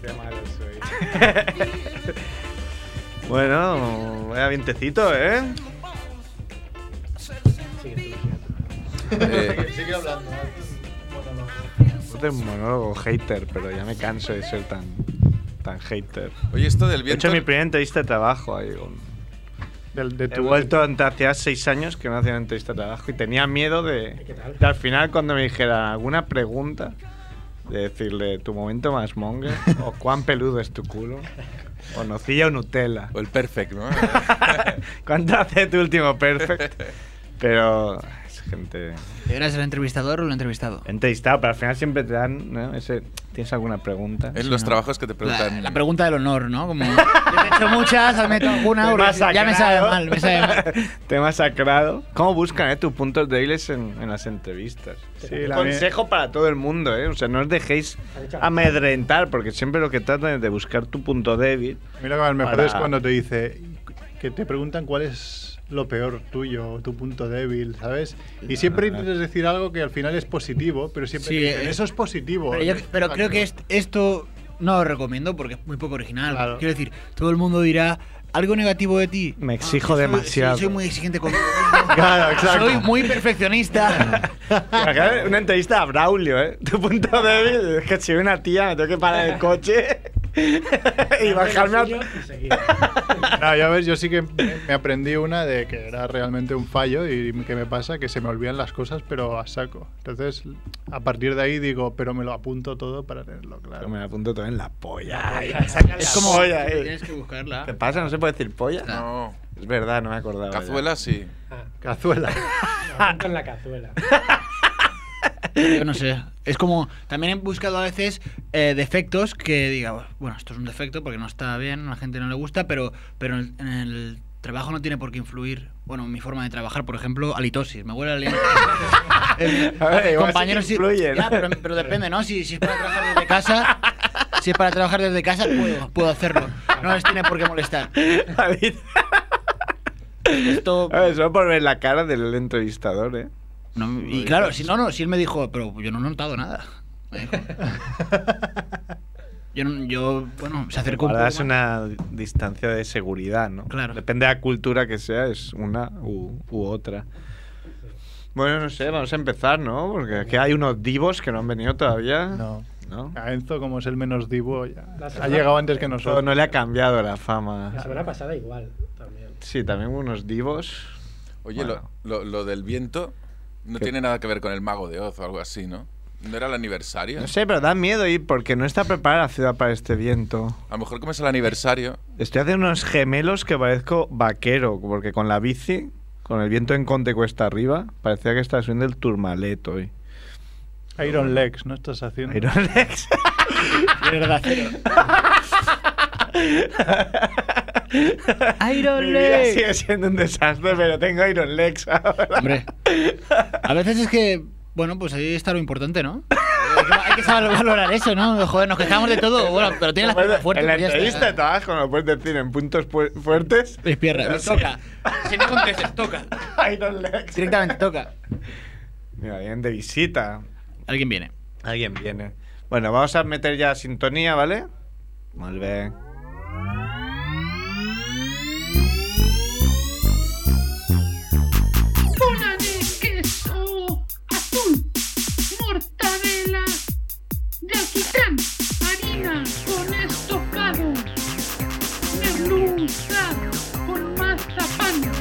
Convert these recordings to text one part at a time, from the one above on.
Qué malo soy. Bueno, vaya vientecito, ¿eh? Sigue Eh, Sigue hablando. ¿eh? Bueno, no. Otro monólogo hater, pero ya me canso de ser tan, tan hater. Oye, esto del He viento. hecho mi primera entrevista de trabajo ahí. con- Del, de He tu vuelto hace seis años que no hacía una entrevista de trabajo y tenía miedo ¿Qué de, tal? de al final cuando me dijeran alguna pregunta, de decirle tu momento más monger, o cuán peludo es tu culo, o nocilla o Nutella. O el perfect, ¿no? ¿Cuánto hace tu último perfect? Pero es gente... ¿Eras el entrevistador o el entrevistado? Entrevistado, pero al final siempre te dan, ¿no? Ese, ¿Tienes alguna pregunta? en los trabajos que te La, preguntan. la pregunta del honor, ¿no? Como, yo te he hecho muchas, hazme tú alguna. porque Ya me sabe mal, me sabe mal. Te he masacrado. ¿Cómo buscan eh, tus puntos débiles en, en las entrevistas? Sí, la Consejo para todo el mundo, ¿eh? O sea, no os dejéis amedrentar, porque siempre lo que tratan es de buscar tu punto débil. A mí lo que más me jode Para- es cuando te dice que te preguntan cuál es lo peor tuyo, tu punto débil, ¿sabes? Y Ah. siempre intentas decir algo que al final es positivo, pero siempre Sí, te dicen, eh, eso es positivo. Pero, yo- pero Ah, creo no. que est- esto no lo recomiendo porque es muy poco original. Claro. Quiero decir, todo el mundo dirá algo negativo de ti. Me Ah, exijo soy- demasiado. Soy, soy muy exigente conmigo. mismo. Claro, exacto. Soy muy perfeccionista. Acá Una entrevista a Braulio, ¿eh? Tu punto débil es que soy una tía, me tengo que parar el coche y bajarme suyo a... y seguir. No, Ah, ya ves, yo sí que me me aprendí una de que era realmente un fallo y que me pasa que se me olvidan las cosas, pero a saco. Entonces, a partir de ahí digo, pero me lo apunto todo para tenerlo claro. Me la apunto todo en la Pues polla. ay. es la como. polla, eh. tienes que buscarla. ¿Qué pasa? ¿No se puede decir polla? No. Es verdad, no me acordaba. ya. Cazuela sí. Ah, Cazuela. lo Ah. apunto en la cazuela. Yo no sé. Es como. También he buscado a veces eh, defectos que diga, bueno, esto es un defecto porque no está bien, a la gente no le gusta, pero, pero en, el, en el trabajo no tiene por qué influir. Bueno, en mi forma de trabajar, por ejemplo, halitosis. Me huele a aliento. Eh, A ver, igual compañeros sí que influye, ya, ¿no? pero, pero depende, ¿no? Si, si es para trabajar desde casa. Si es para trabajar desde casa, puedo, puedo hacerlo. No les tiene por qué molestar. David. Esto. A ver, solo por ver la cara del entrevistador, ¿eh? no- y claro, si no, no, si él me dijo, pero yo no he notado nada. Me dijo. Yo, no- yo, bueno, se acercó un Ahora poco es más. una distancia de seguridad, ¿no? Claro. Depende de la cultura que sea, es una u, u otra. Bueno, no sé, vamos a empezar, ¿no? Porque aquí hay unos divos que no han venido todavía. No. ¿No? A Enzo, como es el menos divo, ya- La ha semana- llegado antes que Eso nosotros. no le ha cambiado la La fama. semana pasada igual, también. Sí, también unos divos. Oye, Bueno. lo, lo- lo del viento no tiene nada que ver con el mago de Oz o algo así, ¿no? ¿No era el aniversario? No sé, pero da miedo ir porque no está preparada la ciudad para este viento. A lo mejor como es el aniversario. Estoy haciendo unos gemelos que parezco vaquero, porque con la bici, con el viento en conte cuesta arriba, parecía que estaba subiendo el turmalet hoy. Iron Legs, ¿no estás haciendo? Iron Legs. Verdad. Mi vida sigue siendo un desastre, pero tengo Iron Legs ahora. Hombre. A veces es que, bueno, pues ahí está lo importante, ¿no? Hay que- Hay que saber valorar eso, ¿no? Joder, nos quejamos de todo. Bueno, pero tiene las piernas fuertes. en la pues ya está. entrevista de trabajo no puedes decir en puntos fu- fuertes Mis piernas, me toca. Si no contestas, toca. Iron Legs. Directamente toca. Mira, vienen de visita. Alguien viene. Alguien viene. Bueno, vamos a meter ya sintonía, ¿vale? Muy bien. bola de queso azul, mortadela de alquitrán, harina con estocado, merluza con mazapán,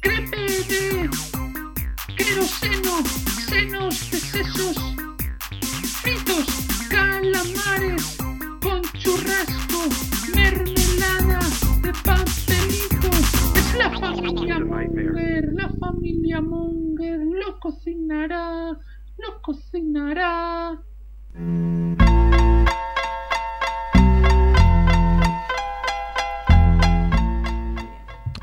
crepe de queroseno, senos de sesos, fritos, calamares con churrasco, mermelada de pastelito. Es la familia Munger, la familia Munger lo cocinará, lo cocinará.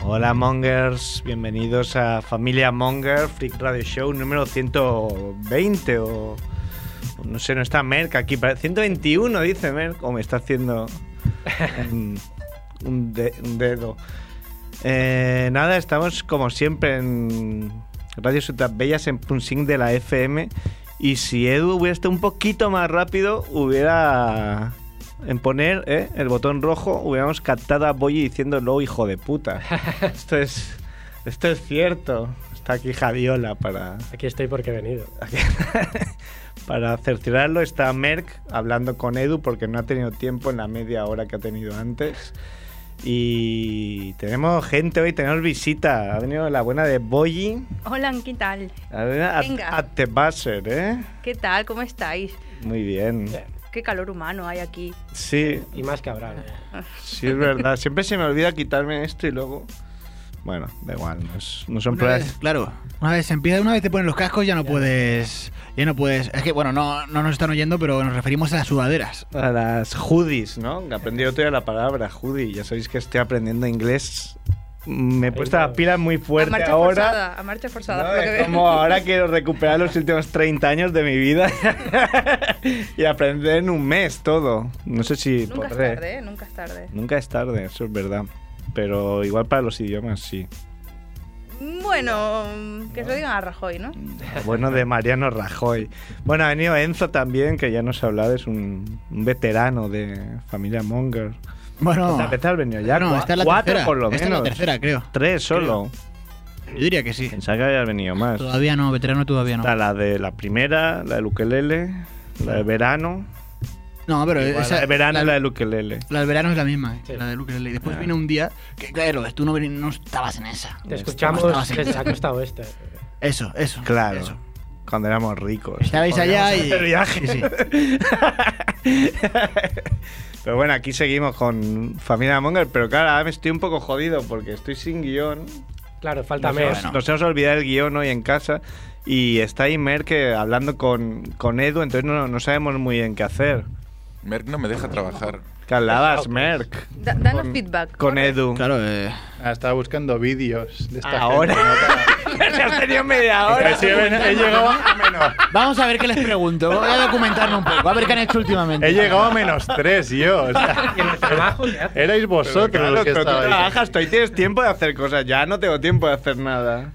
Hola Mongers, bienvenidos a Familia Monger, Freak Radio Show número 120 o no sé, no está Merck aquí, pare- 121 dice Merck, o me está haciendo un, un de- un dedo. Eh, nada, estamos como siempre en Radio Ciudad Bellas en Punsing de la FM Y si Edu hubiera estado un poquito más rápido, hubiera. En poner ¿eh? el botón rojo, hubiéramos captado a Boyi diciéndolo, hijo de puta. Esto es. Esto es cierto. Está aquí Javiola para. Aquí estoy porque he venido. Para cerciorarlo está Merck hablando con Edu porque no ha tenido tiempo en la media hora que ha tenido antes. Y tenemos gente hoy, tenemos visita. Ha venido la buena de Boyi. Hola, ¿qué tal? La buena Venga. At- Atebaser, ¿eh? ¿Qué tal? ¿Cómo estáis? Muy bien. Qué calor humano hay aquí. Sí, Y más que habrá. ¿no? sí es verdad. Siempre se me olvida quitarme esto y luego... Bueno, da igual, no, es- no son Una vez, pruebas... claro, una vez empieza, una vez te ponen los cascos ya no puedes, ya no puedes. Es que bueno, no, no nos están oyendo, pero nos referimos a las sudaderas. Ah. A las hoodies, ¿no? Que aprendí otro día la palabra hoodie. Ya sabéis que estoy aprendiendo inglés. Me he puesto la pila muy a fuerte marcha ahora. forzada, a marcha forzada. No, por lo es que veo. como ahora quiero recuperar los últimos 30 años de mi vida y aprender en un mes todo. No sé si Nunca es podré. tarde, ¿eh? nunca es tarde. Nunca es tarde, eso es verdad. Pero igual para los idiomas sí. Bueno, que se lo digan a Rajoy, ¿no? Bueno, de Mariano Rajoy. Bueno, ha venido Enzo también, que ya nos ha hablado, es un, un veterano de familia Monger. Bueno, ¿Cuántas veces has venido ya? no, Cua- esta es la cuatro tercera, por lo esta es la menos. tercera, creo. Tres solo. Yo diría que sí. Pensaba que habías venido más. Todavía no, veterano todavía no. Está la de la primera, la de Luquelele, la de verano. No, pero Igual, esa- la de verano la- es la de Luquelele. La del verano es la misma, ¿eh? Sí. la de Lucas Ley. Después Ah. vino un día que, claro, tú no, ven- no estabas en esa. Te Estabas- escuchamos estabas que en- se ha costado este. Eso, eso. Claro. eso. Cuando éramos ricos. Estabais allá y. hacer viaje. y Ah, sí. Pero bueno, aquí seguimos con Familia Monger. Pero claro, ahora me estoy un poco jodido porque estoy sin guión. Claro, falta Nos mes. hemos, nos hemos olvidado el guión hoy en casa. Y está ahí Merck hablando con, con Edu, entonces no, no sabemos muy bien qué hacer. Merck no me deja trabajar. ¿Qué hablabas, Merck? Da- danos Con- feedback. Con Edu. Claro, eh, Ah, estaba buscando vídeos de esta Ahora. gente, ¿no? Para- has tenido media hora. Sí, he, ven- he llegado a menos. Vamos a ver qué les pregunto. Voy a documentarme un poco. A ver qué han hecho últimamente. He llegado a menos tres, yo. o sea, ¿Y en el trabajo qué haces? erais Pero vosotros claro, los que pero tú estabais. trabajas, tú ahí tienes tiempo de hacer cosas. Ya no tengo tiempo de hacer nada.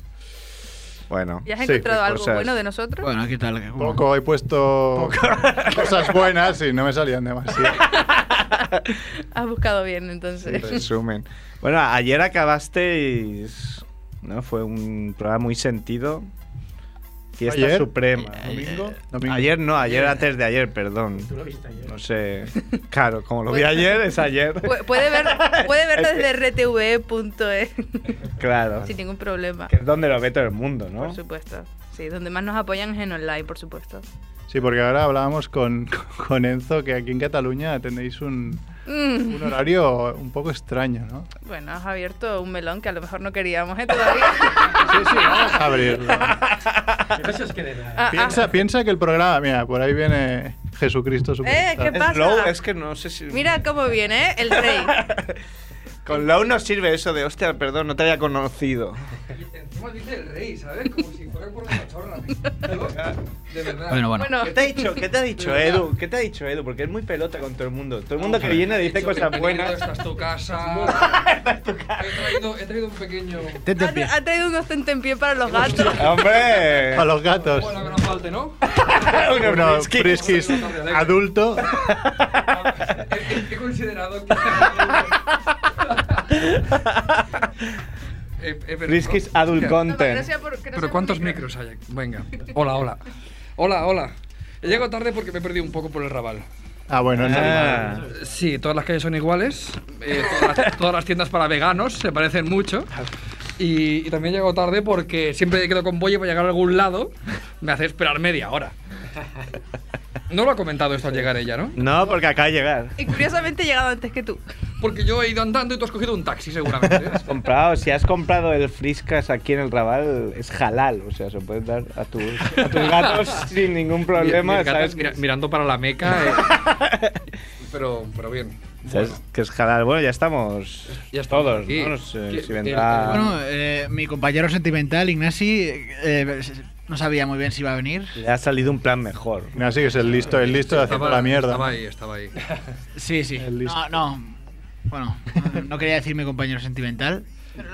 Bueno. ¿Ya has Sí, pues, encontrado qué algo cosas. bueno de nosotros? Bueno, ¿qué tal? Poco, he puesto cosas buenas y no me salían demasiado. Has buscado bien, entonces. Resumen. Bueno, ayer acabasteis. ¿No? Fue un programa muy sentido. Fiesta ¿Ayer? Eh, Suprema. Eh, ¿Domingo? Domingo. Ayer no, ayer antes de ayer, perdón. Tú lo viste ayer. No sé. Claro, como lo vi ayer, es ayer. Pu- puede, ver, puede verlo desde rtve.es Claro. sin ningún problema. Que es donde lo ve todo el mundo, ¿no? Por supuesto. Sí, donde más nos apoyan es en online, por supuesto. Sí, porque ahora hablábamos con, con Enzo que aquí en Cataluña tenéis un, Mm, un horario un poco extraño, ¿no? Bueno, has abierto un melón que a lo mejor no queríamos ¿eh? todavía. Sí, sí, vamos a abrirlo. Que no se os quede nada. Ah, Piensa, piensa que el programa, mira, por ahí viene Jesucristo su Eh, ¿qué Es pasa? Low, Oh, es que no sé si. Mira cómo viene ¿eh? el rey. Con Low no sirve eso de, hostia, perdón, no te había conocido. Encima dice el rey, ¿sabes? Como si fuera por la chorra. De verdad. Bueno, bueno. Bueno, ¿Qué te ha dicho? ¿Qué te ha dicho Edu? ¿Qué te ha dicho Edu? Porque es muy pelota con todo el mundo. Todo el mundo que viene dice cosas buenas. Esta es tu casa. He traído, he traído un pequeño. Tente en pie. ha, ha traído unos tentempié para los gatos. ¡Hombre! A los gatos. Bueno, que no falte, ¿no? Unos Uno, friskis. friskis adulto. He, he- he considerado que. Eh, eh, pero- Friskis No, que no adulconten. sea por- que no sea Pero por ¿cuántos micro. micros hay aquí? Venga. Hola, hola. Hola, hola. He llegado tarde porque me he perdido un poco por el rabal. Ah, bueno, no. Ah, Sí, todas las calles son iguales, eh, todas, las, todas las tiendas para veganos se parecen mucho. Y, y también llego tarde porque siempre que quedo con Boye para llegar a algún lado, me hace esperar media hora. No lo ha comentado esto al llegar ella, ¿no? no, porque acaba de llegar. Y curiosamente he llegado antes que tú. Porque yo he ido andando y tú has cogido un taxi seguramente. Comprado, si has comprado el friskas aquí en el Raval, es halal. O sea, se puede dar a, tus a tus gatos sin ningún Mi- mis problema. gatas ¿sabes? mira- que- mirando para la meca. eh. Pero, pero bien. ¿Sabes que es halal? Bueno, ya estamos, Ya estamos todos, aquí. ¿no? No sé Qui- si vendrá... Bueno, eh, mi compañero sentimental, Ignasi, eh, no sabía muy bien si iba a venir. Le ha salido un plan mejor. Así que es el listo, el listo de haciendo la Estaba mierda. ahí, estaba ahí. Sí, sí. El listo. No, no. Bueno, no- no quería decir mi compañero sentimental.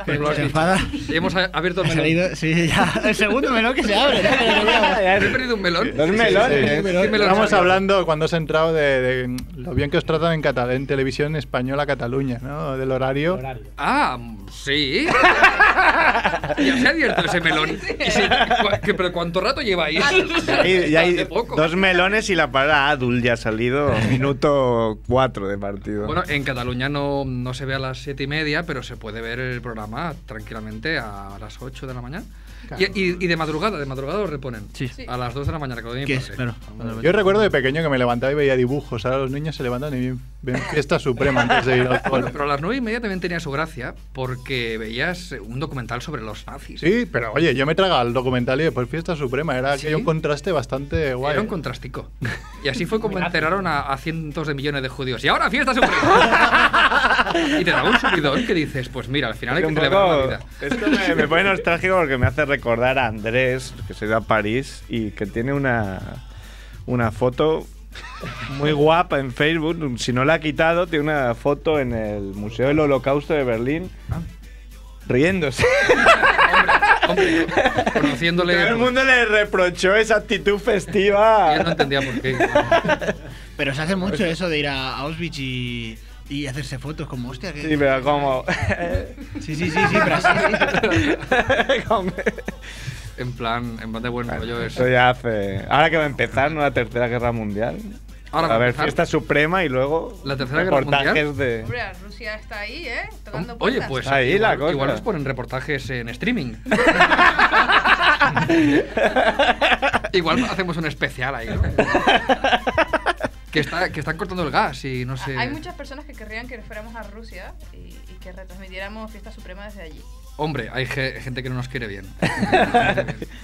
Pero los enfadas. Y hemos a- abierto el Ha melón. salido, sí, ya. El segundo melón que se abre. ¿no? Pero ya- ¿He perdido un melón? Dos melones. Sí, Sí, melón Estamos salió. hablando cuando has entrado de, de lo bien que os tratan en, Cataluña, en televisión española Cataluña, ¿no? Del horario. Horario. Ah, mm, sí. Ah, ya se ha abierto ese melón. Y sí, cu- que- pero ¿cuánto rato lleva ahí? Ahí- y hay Hace poco. dos melones y la palabra adult ya ha salido minuto 4 de partido. Bueno, en Cataluña no, no se ve a las siete y media, pero se puede ver el programa tranquilamente a las 8 de la mañana. Y, y- y de madrugada, de madrugada lo reponen. Sí. A las 2 de la mañana, que lo de mi ¿Qué es? padre. Claro. Yo recuerdo de pequeño que me levantaba y veía dibujos. Ahora los niños se levantan y ven- ven fiesta suprema antes de ir al Bueno, cole. pero a las 9 y media también tenía su gracia porque veías eh, un documental sobre los nazis. Sí, pero oye, yo me tragaba el documental y después fiesta suprema. Era ¿Sí? aquello un contraste bastante guay. Era un contrastico. Y así fue como enteraron a, a cientos de millones de judíos. ¡Y ahora fiesta suprema! y te da un subidón que dices, pues mira, al final hay Pero que un celebrar poco- la vida. Esto me, me pone nostálgico porque me hace recordar a Andrés, que se va a París y que tiene una, una foto muy guapa en Facebook. Si no la ha quitado, tiene una foto en el Museo del Holocausto de Berlín. Ah. Riéndose. Hombre, conociéndole... Todo el mundo le reprochó esa actitud festiva. Ya no entendía por qué. Pero se hace mucho eso de ir a Auschwitz y, y hacerse fotos como, hostia, que... Sí, pero como. sí, sí, sí, sí, pero así. como- En plan, en plan de buen rollo es... Eso ya hace. Ahora que va a empezar ¿no? la Tercera Guerra Mundial. Ahora va a a ver, empezar. fiesta suprema y luego. ¿La Tercera Guerra reportajes de. Hombre, la Rusia está ahí, ¿eh? Tocando Oye, puertas. pues Ahí la igual, igual cosa. nos ponen reportajes en streaming. igual hacemos un especial ahí, ¿no? que, está, que están cortando el gas y no sé... Hay muchas personas que querrían que fuéramos a Rusia y, y que retransmitiéramos Fiesta Suprema desde allí. Hombre, hay ge- gente que no nos quiere bien.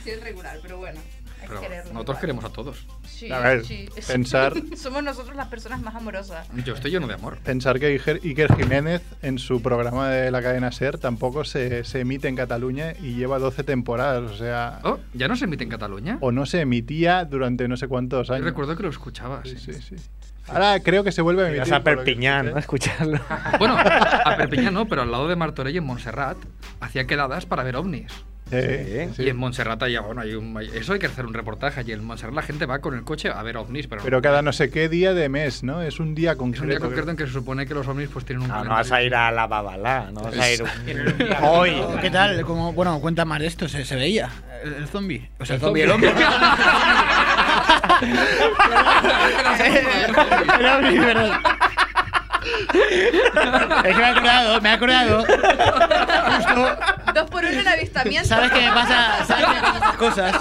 Sí, es regular, pero bueno, hay Pero que quererlo. nosotros igual. queremos a todos. Sí, A ver, sí. pensar- Somos nosotros las personas más amorosas. Yo estoy lleno de amor. Pensar que Iker, Iker Jiménez en su programa de la cadena SER tampoco se, se emite en Cataluña y lleva 12 temporadas. O sea, Oh, ¿Ya no se emite en Cataluña? o no se emitía durante no sé cuántos Yo años. recuerdo que lo escuchaba. Sí, sí. sí, sí. Ahora creo que se vuelve a emitir. Vas a por lo que Perpiñán, ¿no? escuché. Escucharlo. Bueno, a Perpiñán no, pero al lado de Martorell, en Montserrat, hacía quedadas para ver ovnis. Sí, Sí. sí. Y en Montserrat, allá, bueno, hay un, hay- eso hay que hacer un reportaje. Y en Montserrat la gente va con el coche a ver ovnis, pero, Pero cada no sé qué día de mes, ¿no? Es un día es concreto. un día concreto en que se supone que los ovnis pues tienen un No, no calendario. vas a ir a la babalá, no vas a ir. un- Oh. Hoy. ¿Qué tal? Como, bueno, cuenta más de esto, se, se veía. El, el zombie. O sea, el Zombie, zombie, el hombre. El ovni, perdón. Es que me ha acordado, me ha acordado. Justo, Dos por uno en avistamiento. ¿sabes qué me pasa? ¿Sabes qué me pasan esas cosas?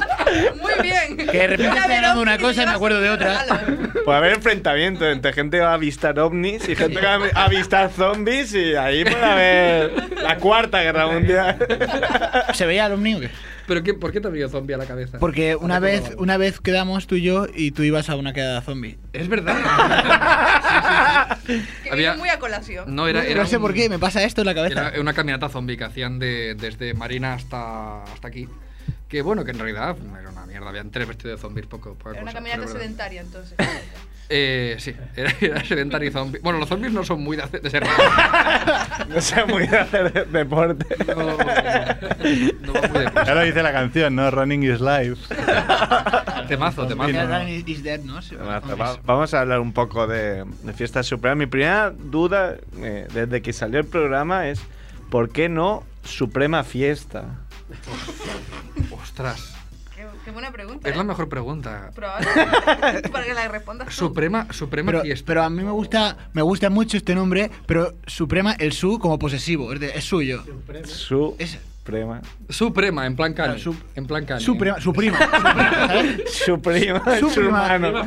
Muy bien. Que de repente Ya estoy hablando de una verás, cosa y me acuerdo de otra. Claro. Puede haber Pues enfrentamiento entre gente que va a avistar ovnis y gente que va a avistar zombies y ahí puede haber la cuarta guerra mundial. ¿Se veía el ovni o qué? ¿Pero qué, por qué te abrió zombie a la cabeza? Porque una vez, una vez quedamos tú y yo y tú ibas a una quedada zombie. Es verdad. Que Había- viene muy a colación. No, era, era no sé un- por qué, me pasa esto en la cabeza. Era una caminata zombie que hacían de- desde Marina hasta, hasta aquí. Que bueno, que en realidad era una mierda. Habían tres vestidos de zombies, poco. poca Era una cosa, caminata pero bueno. sedentaria, entonces. Eh, sí, era, era sedentario y zombie. Bueno, los zombies no son muy de, hacer- de ser. No sé muy de hacer de- deporte. No, no, va muy Ya deprisa. lo dice la canción, ¿no? Running is life. Temazo, Era temazo. Run is- is dead, ¿no? Sí, Mazo, zombies. va- Vamos a hablar un poco de, de Fiesta Suprema. Mi primera duda eh, desde que salió el programa es ¿por qué no Suprema Fiesta? Ostras. qué, qué buena pregunta. Es la ¿eh? mejor pregunta. Probablemente. Para que la respondas. tú. Suprema, suprema Pero, fiesta. pero a mí me gusta, me gusta mucho este nombre, pero Suprema, el su como posesivo, es, de- es suyo. Es- Suprema. Suprema, en plan cani. Claro, sup- en plan cani. Suprema, su prima. su prima, Suprema. ¿sabes? su Suprema. hermano.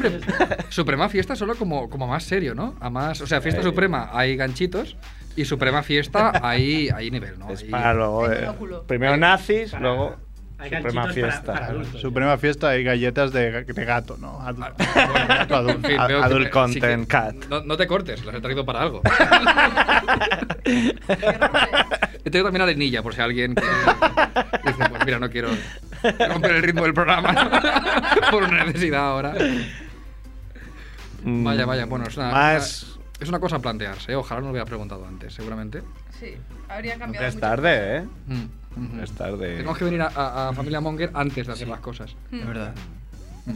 Suprema fiesta solo como, como más serio, ¿no? A más, o sea, Eh. fiesta suprema hay ganchitos y suprema fiesta hay, hay nivel, ¿no? Es Hay- para luego. Hay eh, monóculo. primero nazis, Para- luego hay Suprema ganchitos Fiesta. Para, para adultos, Suprema fiesta y galletas de, de gato, ¿no? Adu- gato Ah, En fin, adulto. A- veo que adult me- content sí que- cat. No, no te cortes, las he traído para algo. Qué rompe. he traído también arenilla, por si alguien que dice, pues mira, no quiero romper el ritmo del programa por una necesidad ahora. Mm, Vaya, vaya, bueno, es una- Más es una cosa a plantearse. ¿eh? Ojalá no lo hubiera preguntado antes, seguramente. Sí, habría cambiado. Nunca es mucho. tarde, ¿eh? Mm, Nunca mhm. es tarde. Tenemos que venir a, a- a Familia Monger antes de hacer las cosas. Es verdad.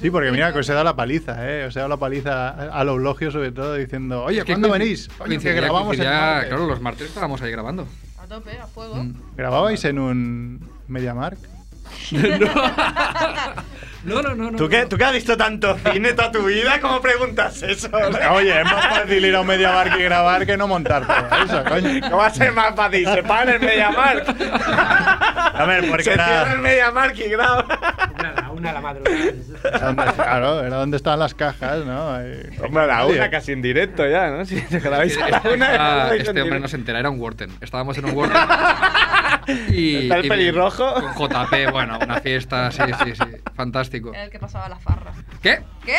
Sí, porque mira que os he dado la paliza, ¿eh? Os he dado la paliza a, a los logios, sobre todo, diciendo, oye, Es que ¿cuándo coinci- venís? Oye, que coincidía- grabamos el coincidía- martes". Claro, los martes estábamos ahí grabando. A tope, a fuego. Mm. ¿Grababais en un MediaMark? No, no, no. no ¿Tú que, no. tú que has visto tanto cine toda tu vida, ¿cómo preguntas eso? Oye, es más fácil ir a un MediaMark y grabar que no montar todo eso, ¿Cómo coño. va a ser más fácil? Se paga en el Mediamark. A ver, porque Se cierra el era... Mediamark y graba. Una a la una de la madrugada. donde- claro, era donde estaban las cajas, ¿no? Ahí- Hombre, a la Oye, una casi en directo ya, ¿no? Si te grabáis a la una. Ah, grabáis este en hombre directo. no se entera, era un Worten. Estábamos en un Worten. y, ¿Está el y- pelirrojo? Con JP, bueno, una fiesta, sí, sí, sí. Fantástico. Era el que pasaba la farra. ¿Qué? ¿Qué?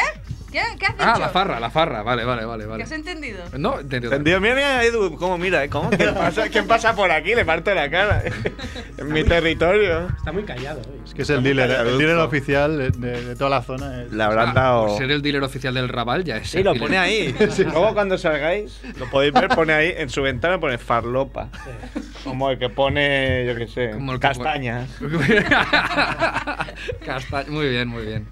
¿Qué, ¿Qué has dicho? Ah, la farra, la farra. Vale, vale, vale. ¿Qué vale. has entendido? No, entendido. Entendido, mira, mira, Edu, cómo mira, ¿eh? ¿Cómo? ¿Quién pasa, ¿Quién pasa por aquí? Le parto la cara. en mi territorio. Está muy callado hoy. Es que es el dealer, el dealer oficial de, de- de toda la zona. eh. es- Le habrán Ah, por dado. ser el dealer oficial del Raval ya es. Oh. Sí, el lo dealer. pone ahí. Luego cuando salgáis, lo podéis ver, pone ahí en su ventana pone farlopa. Como el que pone, yo qué sé, Como el que castañas. Casta- Muy bien, muy bien.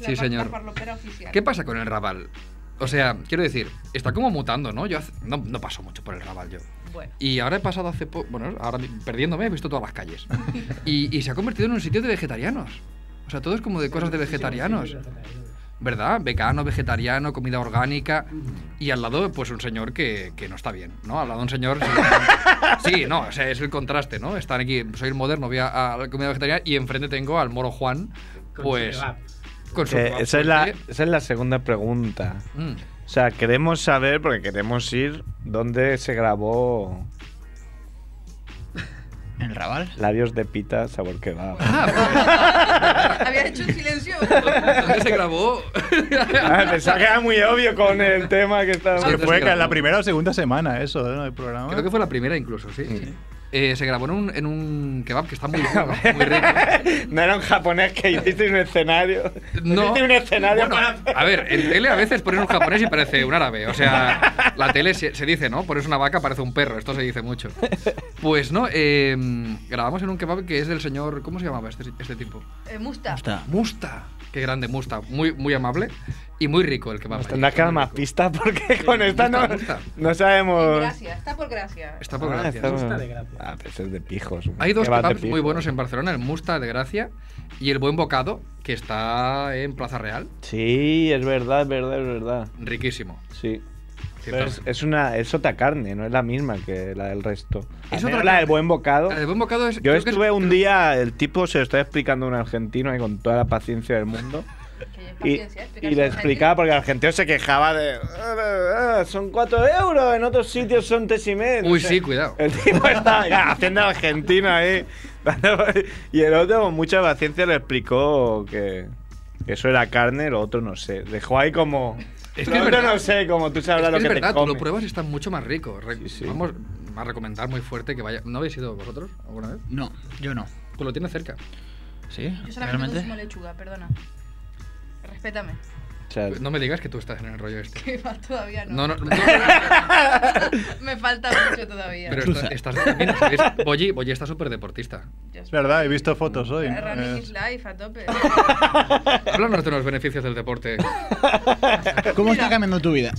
La Sí, far- La señor. farlopera oficial. ¿Qué pasa con el Raval? O sea, quiero decir, está como mutando, ¿no? Yo hace- no, no paso mucho por el Raval yo. Bueno. Y ahora he pasado hace poco, bueno, ahora mi- perdiéndome he visto todas las calles. y, y se ha convertido en un sitio de vegetarianos. O sea, todo es como de cosas de vegetarianos. ¿Verdad? Vegano, vegetariano, comida orgánica. Y al lado, pues un señor que, que no está bien, ¿no? Al lado un señor... Sí, no, o sea, es el contraste, ¿no? Están aquí, soy el moderno, voy a, a la comida vegetariana y enfrente tengo al moro Juan, Con pues... su kebab. Con su Eh, kebab esa, es la, fuerte. esa es la segunda pregunta. Mm. O sea, queremos saber, porque queremos ir, dónde se grabó ¿En el Raval? Labios de Pita Sabor Kebab. Ah, pues. Había hecho un silencio. ¿Dónde se grabó? Ah, Pensaba que era muy obvio con el tema que estaba. Sí, Que fue Entonces, la primera o segunda semana eso, ¿no? El programa. Creo que fue la primera incluso, sí. Eh, se grabó en un, en un kebab que está muy bueno, muy rico. No era un japonés que hiciste un escenario. No. Hiciste un escenario Bueno, para hacer- a ver, en tele a veces pones un japonés y parece un árabe. O sea, la tele se, se dice, ¿no? Pones una vaca, parece un perro. Esto se dice mucho. Pues no, eh, grabamos en un kebab que es del señor. ¿Cómo se llamaba este, este tipo? Eh, Musta. Está. Musta. Qué grande Musta. Muy, muy amable y muy rico el kebab. Nos allí, tendrás que dar muy más rico. pistas porque con esta no, gusta. no sabemos. Gracia, está por gracia. Está por Ah, gracia. está- Gusta de gracia. Ah, pues es de pijos. Hay dos Kebab de kebabs muy pijos. buenos en Barcelona, el Musta de Gracia y el Buen Bocado, que está en Plaza Real. Sí, es verdad, es verdad, es verdad. Riquísimo. Sí. Pero es, ciertamente. es una, es otra carne, no es la misma que la del resto. Es Es otra la carne. del buen bocado. El Buen Bocado es... Yo creo que es- estuve un día, el tipo se lo estaba explicando a un argentino ahí con toda la paciencia del mundo. Que es Y, paciencia, explicar y le sus explicaba porque el argentino se quejaba de. "Ah, ah, Son 4 euros, en otros sitios son tres y medio. Uy, O sea, sí, cuidado. El tipo estaba ya haciendo argentino ahí. dando- Y el otro con mucha paciencia le explicó que que eso era carne, lo otro no sé. Dejó ahí como. Es que lo es otro verdad. no sé, como tú Es, sabrás que es lo que verdad, te tú lo comes. pruebas y está mucho más rico. Re- Sí, sí. Vamos a recomendar muy fuerte que vaya... ¿No habéis ido vosotros alguna vez? No, yo no. Tú lo tienes cerca. ¿Sí? Yo solamente consumo ¿Realmente? lechuga, perdona. Respétame. O sea, No me digas que tú estás en el rollo este. Que va, todavía no. No, no, no. Me falta mucho todavía. pero está- estás... Mira, ¿sabéis? Boyi, Boyi está súper deportista. Ya Es está. verdad, he visto fotos hoy. ¿no? Running Es- is life a tope. Háblanos de los beneficios del deporte. ¿Cómo está cambiando tu vida?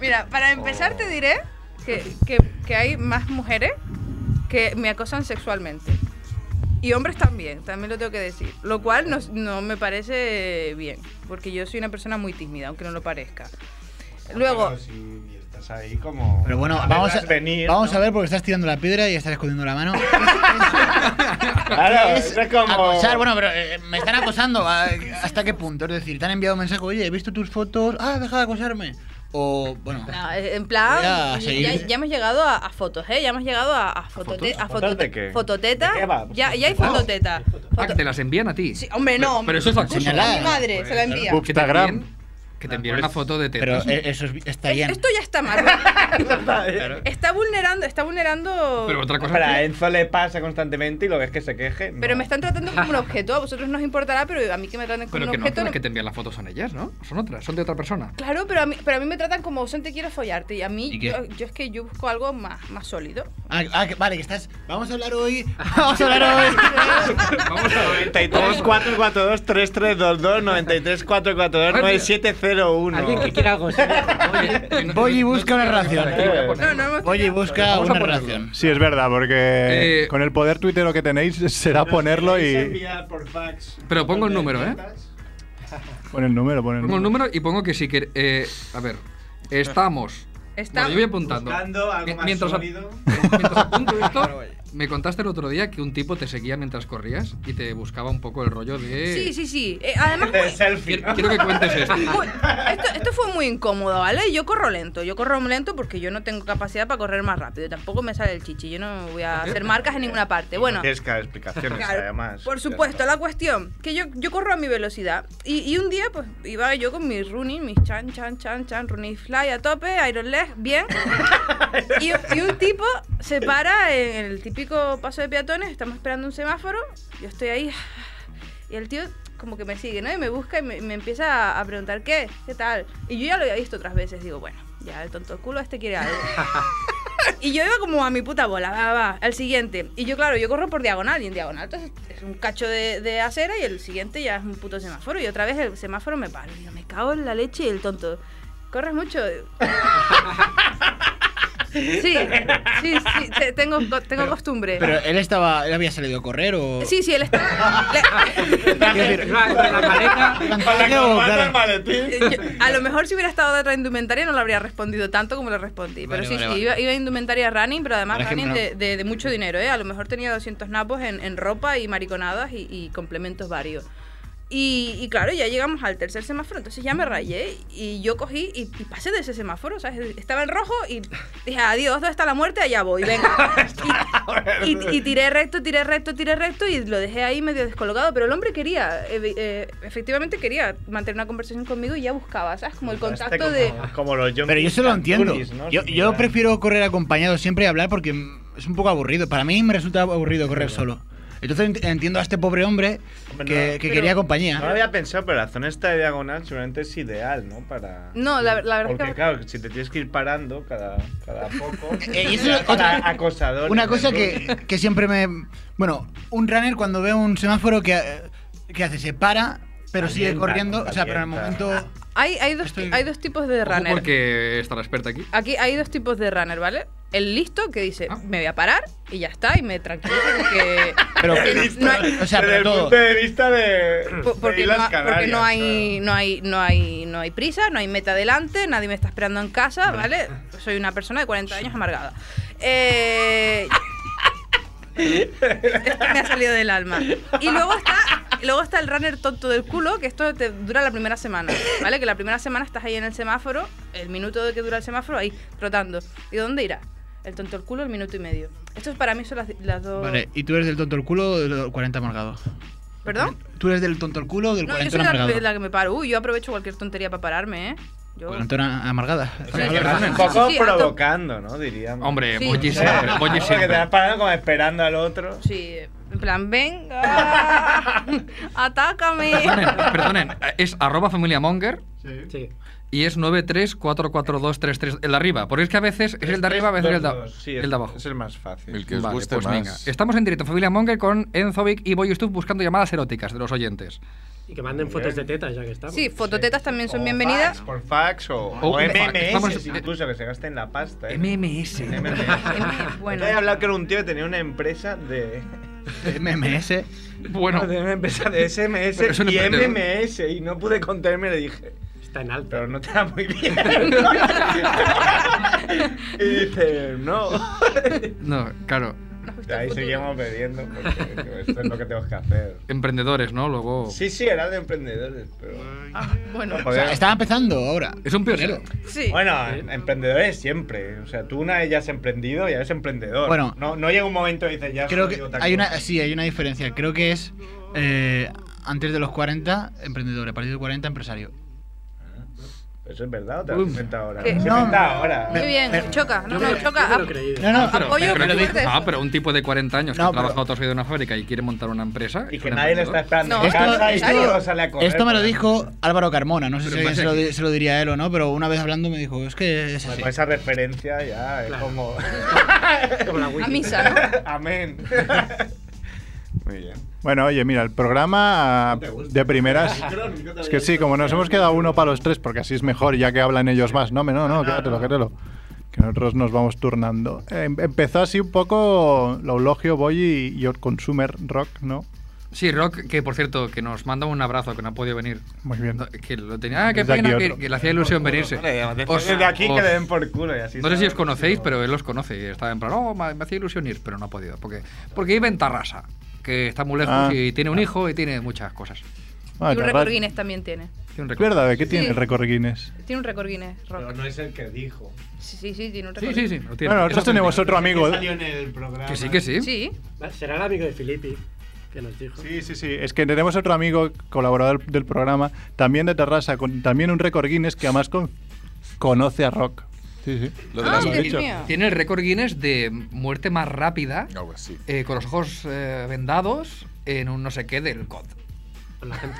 Mira, para empezar te diré que, que, que hay más mujeres que me acosan sexualmente. Y hombres también, también lo tengo que decir. Lo cual no, no me parece bien, porque yo soy una persona muy tímida, aunque no lo parezca. Luego, Pero si estás ahí como. Pero bueno, a vamos a, verlas venir, vamos ¿no? a ver porque estás tirando la piedra y estás escondiendo la mano. Claro, eso es como. Acosar, bueno, pero eh, me están acosando. ¿a- ¿Hasta qué punto? Es decir, te han enviado un mensaje, oye, he visto tus fotos, ah, deja de acosarme. O, bueno, no, eh, en plan, Voy a ya, seguir. ya hemos llegado a, a fotos, ¿eh? Ya hemos llegado a, a, fotos? fotote- a ¿Fotos fotote- de qué? fototeta. ¿De qué va? Ya, ya hay fototeta. Ah, que Foto- te las envían a ti. Sí, hombre, no. Pero, pero eso es acoso. Señalar. Mi madre se la envía. Instagram. Que Que te enviaron una foto de Ah, Pero tetas. eh, eso es- está bien. Esto ya está mal. Claro. está vulnerando, está vulnerando. Pero otra cosa. Espera, a Enzo le pasa constantemente y lo ves que se queje. no. Pero me están tratando como un objeto. A vosotros no os importará, pero a mí que me traten como Pero un que no, objeto. las no- que te envían las fotos son ellas, ¿no? Son otras, son de otra persona. Claro, pero a, mí, pero a mí me tratan como son te quiero follarte. Y a mí, ¿Y qué? yo, yo es que yo busco algo más, más sólido. Ah, ah, que- vale, que estás. Vamos a hablar hoy. Vamos a hablar hoy. Vamos a ver. 93 442 3322 93 442 Alguien que 9701 quiera algo serio. Oye, no- Voy y no- busca una relación. Aquí voy a poner- No, no hemos Oye, tenido- busca Vamos a una ponerlo. relación. Sí, es verdad, porque Eh, con el poder tuitero que tenéis será ponerlo y. Pero pongo el número, ¿eh? Pon el número, pon el Pongo el número. número y pongo que si que eh, a ver, estamos. Bueno, Estamos yo voy apuntando. Buscando algo Mi- más mientras, ap- sólido. mientras apunto esto, me contaste el otro día que un tipo te seguía mientras corrías y te buscaba un poco el rollo de. Sí, sí, sí. Eh, además, De muy- selfie. Quiero, quiero que cuentes esto. muy- esto, esto fue muy incómodo, ¿vale? Yo corro lento. Yo corro lento porque yo no tengo capacidad para correr más rápido. Tampoco me sale el chichi. Yo no voy a hacer marcas en ninguna parte. Bueno. Tienes que dar explicaciones, Claro, además. Por supuesto, la cuestión, que yo, yo corro a mi velocidad. Y, y un día, pues, iba yo con mis running, mis chan, chan, chan, chan, running fly a tope, iron leg, bien. y, y un tipo se para en el típico paso de peatones, estamos esperando un semáforo, yo estoy ahí, y el tío como que me sigue, ¿no? Y me busca y me, me empieza a, a preguntar, ¿qué? ¿Qué tal? Y yo ya lo había visto otras veces, digo, bueno, ya el tonto culo este quiere algo. Y yo iba como a mi puta bola, va, va, va, al siguiente. Y yo, claro, yo corro por diagonal y en diagonal. Entonces es un cacho de, de acera y el siguiente ya es un puto semáforo. Y otra vez el semáforo me paro. Y digo, me cago en la leche y el tonto. ¿Corres mucho? sí, sí, sí, te- tengo, co- tengo costumbre. Pero eh, él estaba. Él había salido a correr o. sí, sí, él está. le- la maleta. Claro, claro. yo- a lo mejor si hubiera estado de otra indumentaria no le habría respondido tanto como le respondí. Vale, pero sí, vale, sí, vale. Iba, iba a indumentaria running, pero además Por ejemplo, running de, de- de mucho dinero, ¿eh? A lo mejor tenía 200 napos en, en ropa y mariconadas y, y complementos varios. Y, y claro, ya llegamos al tercer semáforo, entonces ya me rayé y yo cogí y, y pasé de ese semáforo, ¿sabes? Estaba en rojo y dije, adiós, ¿dónde está la muerte? Allá voy, venga. Y- y, y tiré recto, tiré recto, tiré recto y lo dejé ahí medio descolocado, pero el hombre quería, evi- eh, efectivamente quería mantener una conversación conmigo y ya buscaba, ¿sabes? Como el contacto de... Este Como los John Pero yo se lo Cantunis, entiendo. ¿no? Yo, Sin yo mirar. prefiero correr acompañado siempre y hablar porque mm, es un poco aburrido. Para mí me resulta aburrido correr solo. Entonces ent- entiendo a este pobre hombre Hombre, que, no. que Pero- quería No lo compañía. había pensado, pero la zona esta de diagonal seguramente es ideal, ¿no? Para... No, la, la verdad Porque es que... claro, si te tienes que ir parando cada, cada poco. Eh, y eso es para otra- acosadores, Una cosa ¿no? que, que siempre me... Bueno, un runner cuando ve un semáforo que, eh, que hace, se para, pero sigue Calienta, corriendo. O sea, pero en el calienta. momento... Hay, hay, dos, Estoy- hay dos tipos de Ojo, runner. Porque está la experta aquí. Aquí hay dos tipos de runner, ¿vale? El listo que dice, Ah. me voy a parar y ya está, y me tranquilo porque... Pero, no hay- o Desde sea, pero el todo. punto de vista de. po- de Porque, no, Islas ha- porque Canarias, no hay no hay no hay no hay prisa, no hay meta adelante, nadie me está esperando en casa, ¿vale? Soy una persona de 40 años amargada. Eh, esto me ha salido del alma. Y luego está, luego está el runner tonto del culo, que esto te dura la primera semana, ¿vale? Que la primera semana estás ahí en el semáforo, el minuto de que dura el semáforo, ahí trotando. ¿Y dónde irá? El tonto del culo, el minuto y medio. Esto es para mí son las, las dos... Vale, ¿y tú eres del tonto el culo o del 40 amargado? ¿Perdón? ¿Tú eres del tonto el culo o del No, yo 40 soy la, amargado? la que me paro. Uy, yo aprovecho cualquier tontería para pararme, ¿eh? Yo... 40 amargada. claro. Un Sí, sí, poco sí, alto. provocando, ¿no? Diríamos. Hombre, Sí. Moji Sí, siempre. Moji ¿no? Porque te siempre. vas parando como esperando al otro. Sí, en plan, venga, atácame. Perdonen, perdonen. Es arroba familiamonger Sí. y es 9344233. El de arriba. Porque es que a veces es el de arriba, a veces el de, Dos, sí, el de abajo. Es el más fácil. El que os Vale, guste pues más. venga. Estamos en directo, Familia Monger, con Enzovic y Boyustuf buscando llamadas eróticas de los oyentes. Y que manden fotos de tetas, ya que estamos. Sí, fototetas también son O bienvenidas. fax, por fax o, O o Oh, un fax. MMS, Vamos- incluso que se gasten la pasta. ¿eh? MMS. MMS. Bueno. Bueno. He hablado que era un tío que tenía una empresa de. MMS. Bueno, de una empresa de Pero es SMS un y emprendedor. MMS. Y no pude contarme, le dije. Está en alto. pero no te da muy bien. y dice, no. no, claro. Y ahí seguimos bebiendo porque digo, esto es lo que tenemos que hacer. Emprendedores, ¿no? Luego. Sí, sí, era de emprendedores, pero... Ah, Bueno, O sea, Joder. estaba empezando ahora. Es un pionero. sí. Bueno, em- emprendedores siempre. O sea, tú una vez ya has emprendido, ya eres emprendedor. Bueno. no, no llega un momento y dices, ya Creo soy que otra hay cosa. una, sí, hay una diferencia. Creo que es eh, antes de los 40, emprendedor. A partir de 40, empresario. ¿Eso es verdad o te lo has inventado ahora? ¿Qué? Se No. inventa ahora. Muy bien, choca. No, no, choca. Ah, Yo me lo creí. No, no, pero, Apoyo que pero- fuerte ah, eso. pero un tipo de 40 años No, que ha pero- trabajado toda su vida en una fábrica y quiere montar una empresa. Y es que un nadie le está emprendedor. esperando No, en esto- casa y esto- todo sale a correr. Esto me lo para- dijo Álvaro Carmona, no sé Pero si pasa se lo, que- di- se lo diría él o no, pero una vez hablando me dijo, es que es así. Con esa referencia ya es Claro. como. Como la wiki. A misa, ¿no? Amén. Muy bien. Bueno, oye, mira, el programa de primeras. Es que sí, como nos hemos quedado uno para los tres, porque así es mejor, ya que hablan ellos más. No, me- no, no, quédatelo, quédatelo. Que nosotros nos vamos turnando. Em- Empezó así un poco lo Eulogio Boy y Your Consumer Rock, ¿no? Sí, Rock, que por cierto, que nos manda un abrazo, que no ha podido venir. Muy bien. No, Que lo tenía. Ah, qué Desde aquí pena, que, otro. que le hacía ilusión venirse. Os- Desde aquí que os- le den por culo y así. No sé si os ¿sabes? conocéis, pero él los conoce. Y estaba en plan, oh, ma- me, hacía ilusión ir, pero no ha podido. Porque, porque vive en Tarrasa, que está muy lejos Ah. y tiene un hijo y tiene muchas cosas. Ah, y un Tarras- récord Guinness también tiene. Tiene un Es recorrido. verdad, ¿de qué tiene Sí. el récord Guinness? Tiene un récord Guinness, Pero Rock. no es el que dijo. Sí, sí, sí, tiene un Sí, récord sí, sí. lo tiene. Bueno, Eso nosotros es tenemos mentira. otro amigo. Que salió en el programa. Que sí, que sí. Sí, Será el amigo de Filippi que nos dijo. Sí, sí, sí. Es que tenemos otro amigo, colaborador del programa, también de Terrassa, con también un récord Guinness que además con- conoce a Rock. Sí, sí. Lo de Ah, las Dios bichas. mío. Tiene el récord Guinness de muerte más rápida, Algo así. eh, con los ojos eh, vendados, en un no sé qué del COD. Con la gente.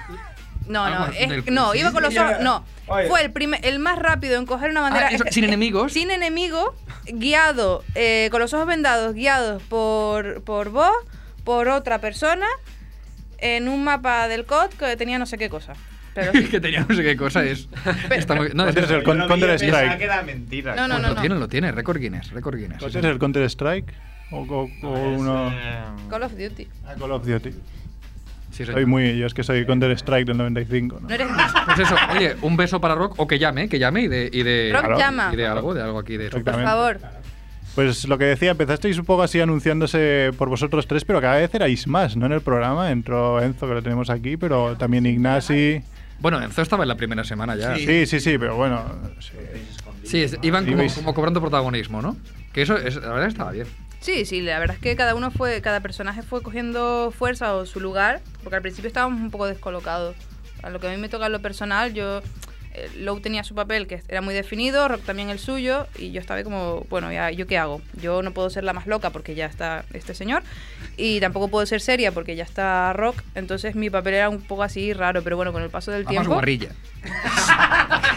No, no, Vamos, es- Ah, del- no, sí, iba con los sí, ya. ojos. No, Oye. fue el, primer, el más rápido en coger una bandera. Ah, eso, sin enemigos. Sin enemigo, guiado, eh, con los ojos vendados, guiados por, por vos, por otra persona, en un mapa del COD que tenía no sé qué cosa. Pero sí. que tenía no sé qué cosa es. Está muy- no, es- Antes el Yo lo vi y Counter pensaba Strike. que era mentira. No, no, pues no, lo no. tiene, lo tiene. Récord Guinness, récord Guinness. ¿Cuál es el Counter Strike? ¿O, o- o uno? eh, Call of Duty. Ah, Call of Duty. Sí, señor. Soy muy, yo es que soy Counter Strike del 95. ¿no? No eres. Pues eso, oye, un beso para Rock o que llame, que llame y de. Y de Rock Claro. llama. Y de algo, de algo aquí de su- Por Exactamente. favor. Pues lo que decía, empezasteis un poco así anunciándose por vosotros tres, pero cada vez erais más, ¿no? En el programa entró Enzo, que lo tenemos aquí, pero también Ignasi. Bueno, Enzo estaba en la primera semana ya. Sí, Sí, sí, sí, pero bueno. sí. es- iban Sí, como, veis. como cobrando protagonismo, ¿no? Que eso, es, la verdad, estaba bien. Sí, sí, la verdad es que cada uno fue, cada personaje fue cogiendo fuerza o su lugar, porque al principio estábamos un poco descolocados. A lo que a mí me toca en lo personal, yo eh, Lou tenía su papel que era muy definido, Rock también el suyo, y yo estaba ahí como, bueno, ya, ¿yo qué hago? Yo no puedo ser la más loca porque ya está este señor, y tampoco puedo ser seria porque ya está Rock, entonces mi papel era un poco así raro, pero bueno, con el paso del Además, tiempo... guarrilla.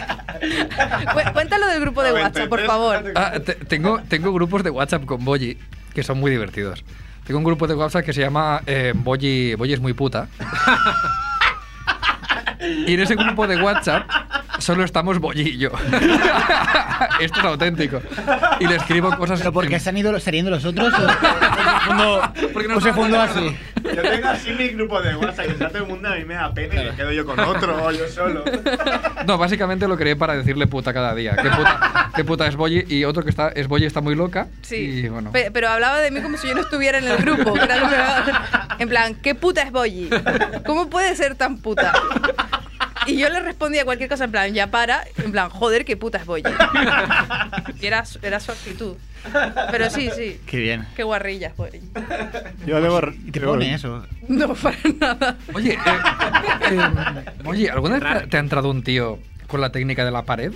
Cu- Cuéntalo del grupo de WhatsApp, por favor. Ah, te- tengo, tengo grupos de WhatsApp con Boyi que son muy divertidos. Tengo un grupo de WhatsApp que se llama eh, Boyi, Boyi es muy puta. Y en ese grupo de WhatsApp solo estamos Boyi y yo. Esto es auténtico. Y le escribo cosas. ¿Pero por en- qué se han ido, serían de los otros? ¿O, o se fundó, Porque no o se estaba fundó de así? acuerdo. Yo tengo así mi grupo de WhatsApp que está todo el mundo a mí me da pena y me quedo yo con otro o yo solo. No, básicamente lo creé para decirle puta cada día. Que puta, qué puta es Boyi? Y otro que está es Boyi está muy loca. Sí, Y bueno. Pe- pero hablaba de mí como si yo no estuviera en el grupo. que era lo que- en plan, ¿qué puta es Boyi? ¿Cómo puede ser tan puta? Y yo le respondía cualquier cosa en plan, ya para, en plan, joder, qué puta es Boyi. Y era, su- era su actitud. Pero sí, sí, Qué bien. qué guarrillas, Boyi. Yo debo, Y te debo- pone eso. No, para nada. Oye, eh, eh, oye, ¿alguna vez te ha- te ha entrado un tío con la técnica de la pared?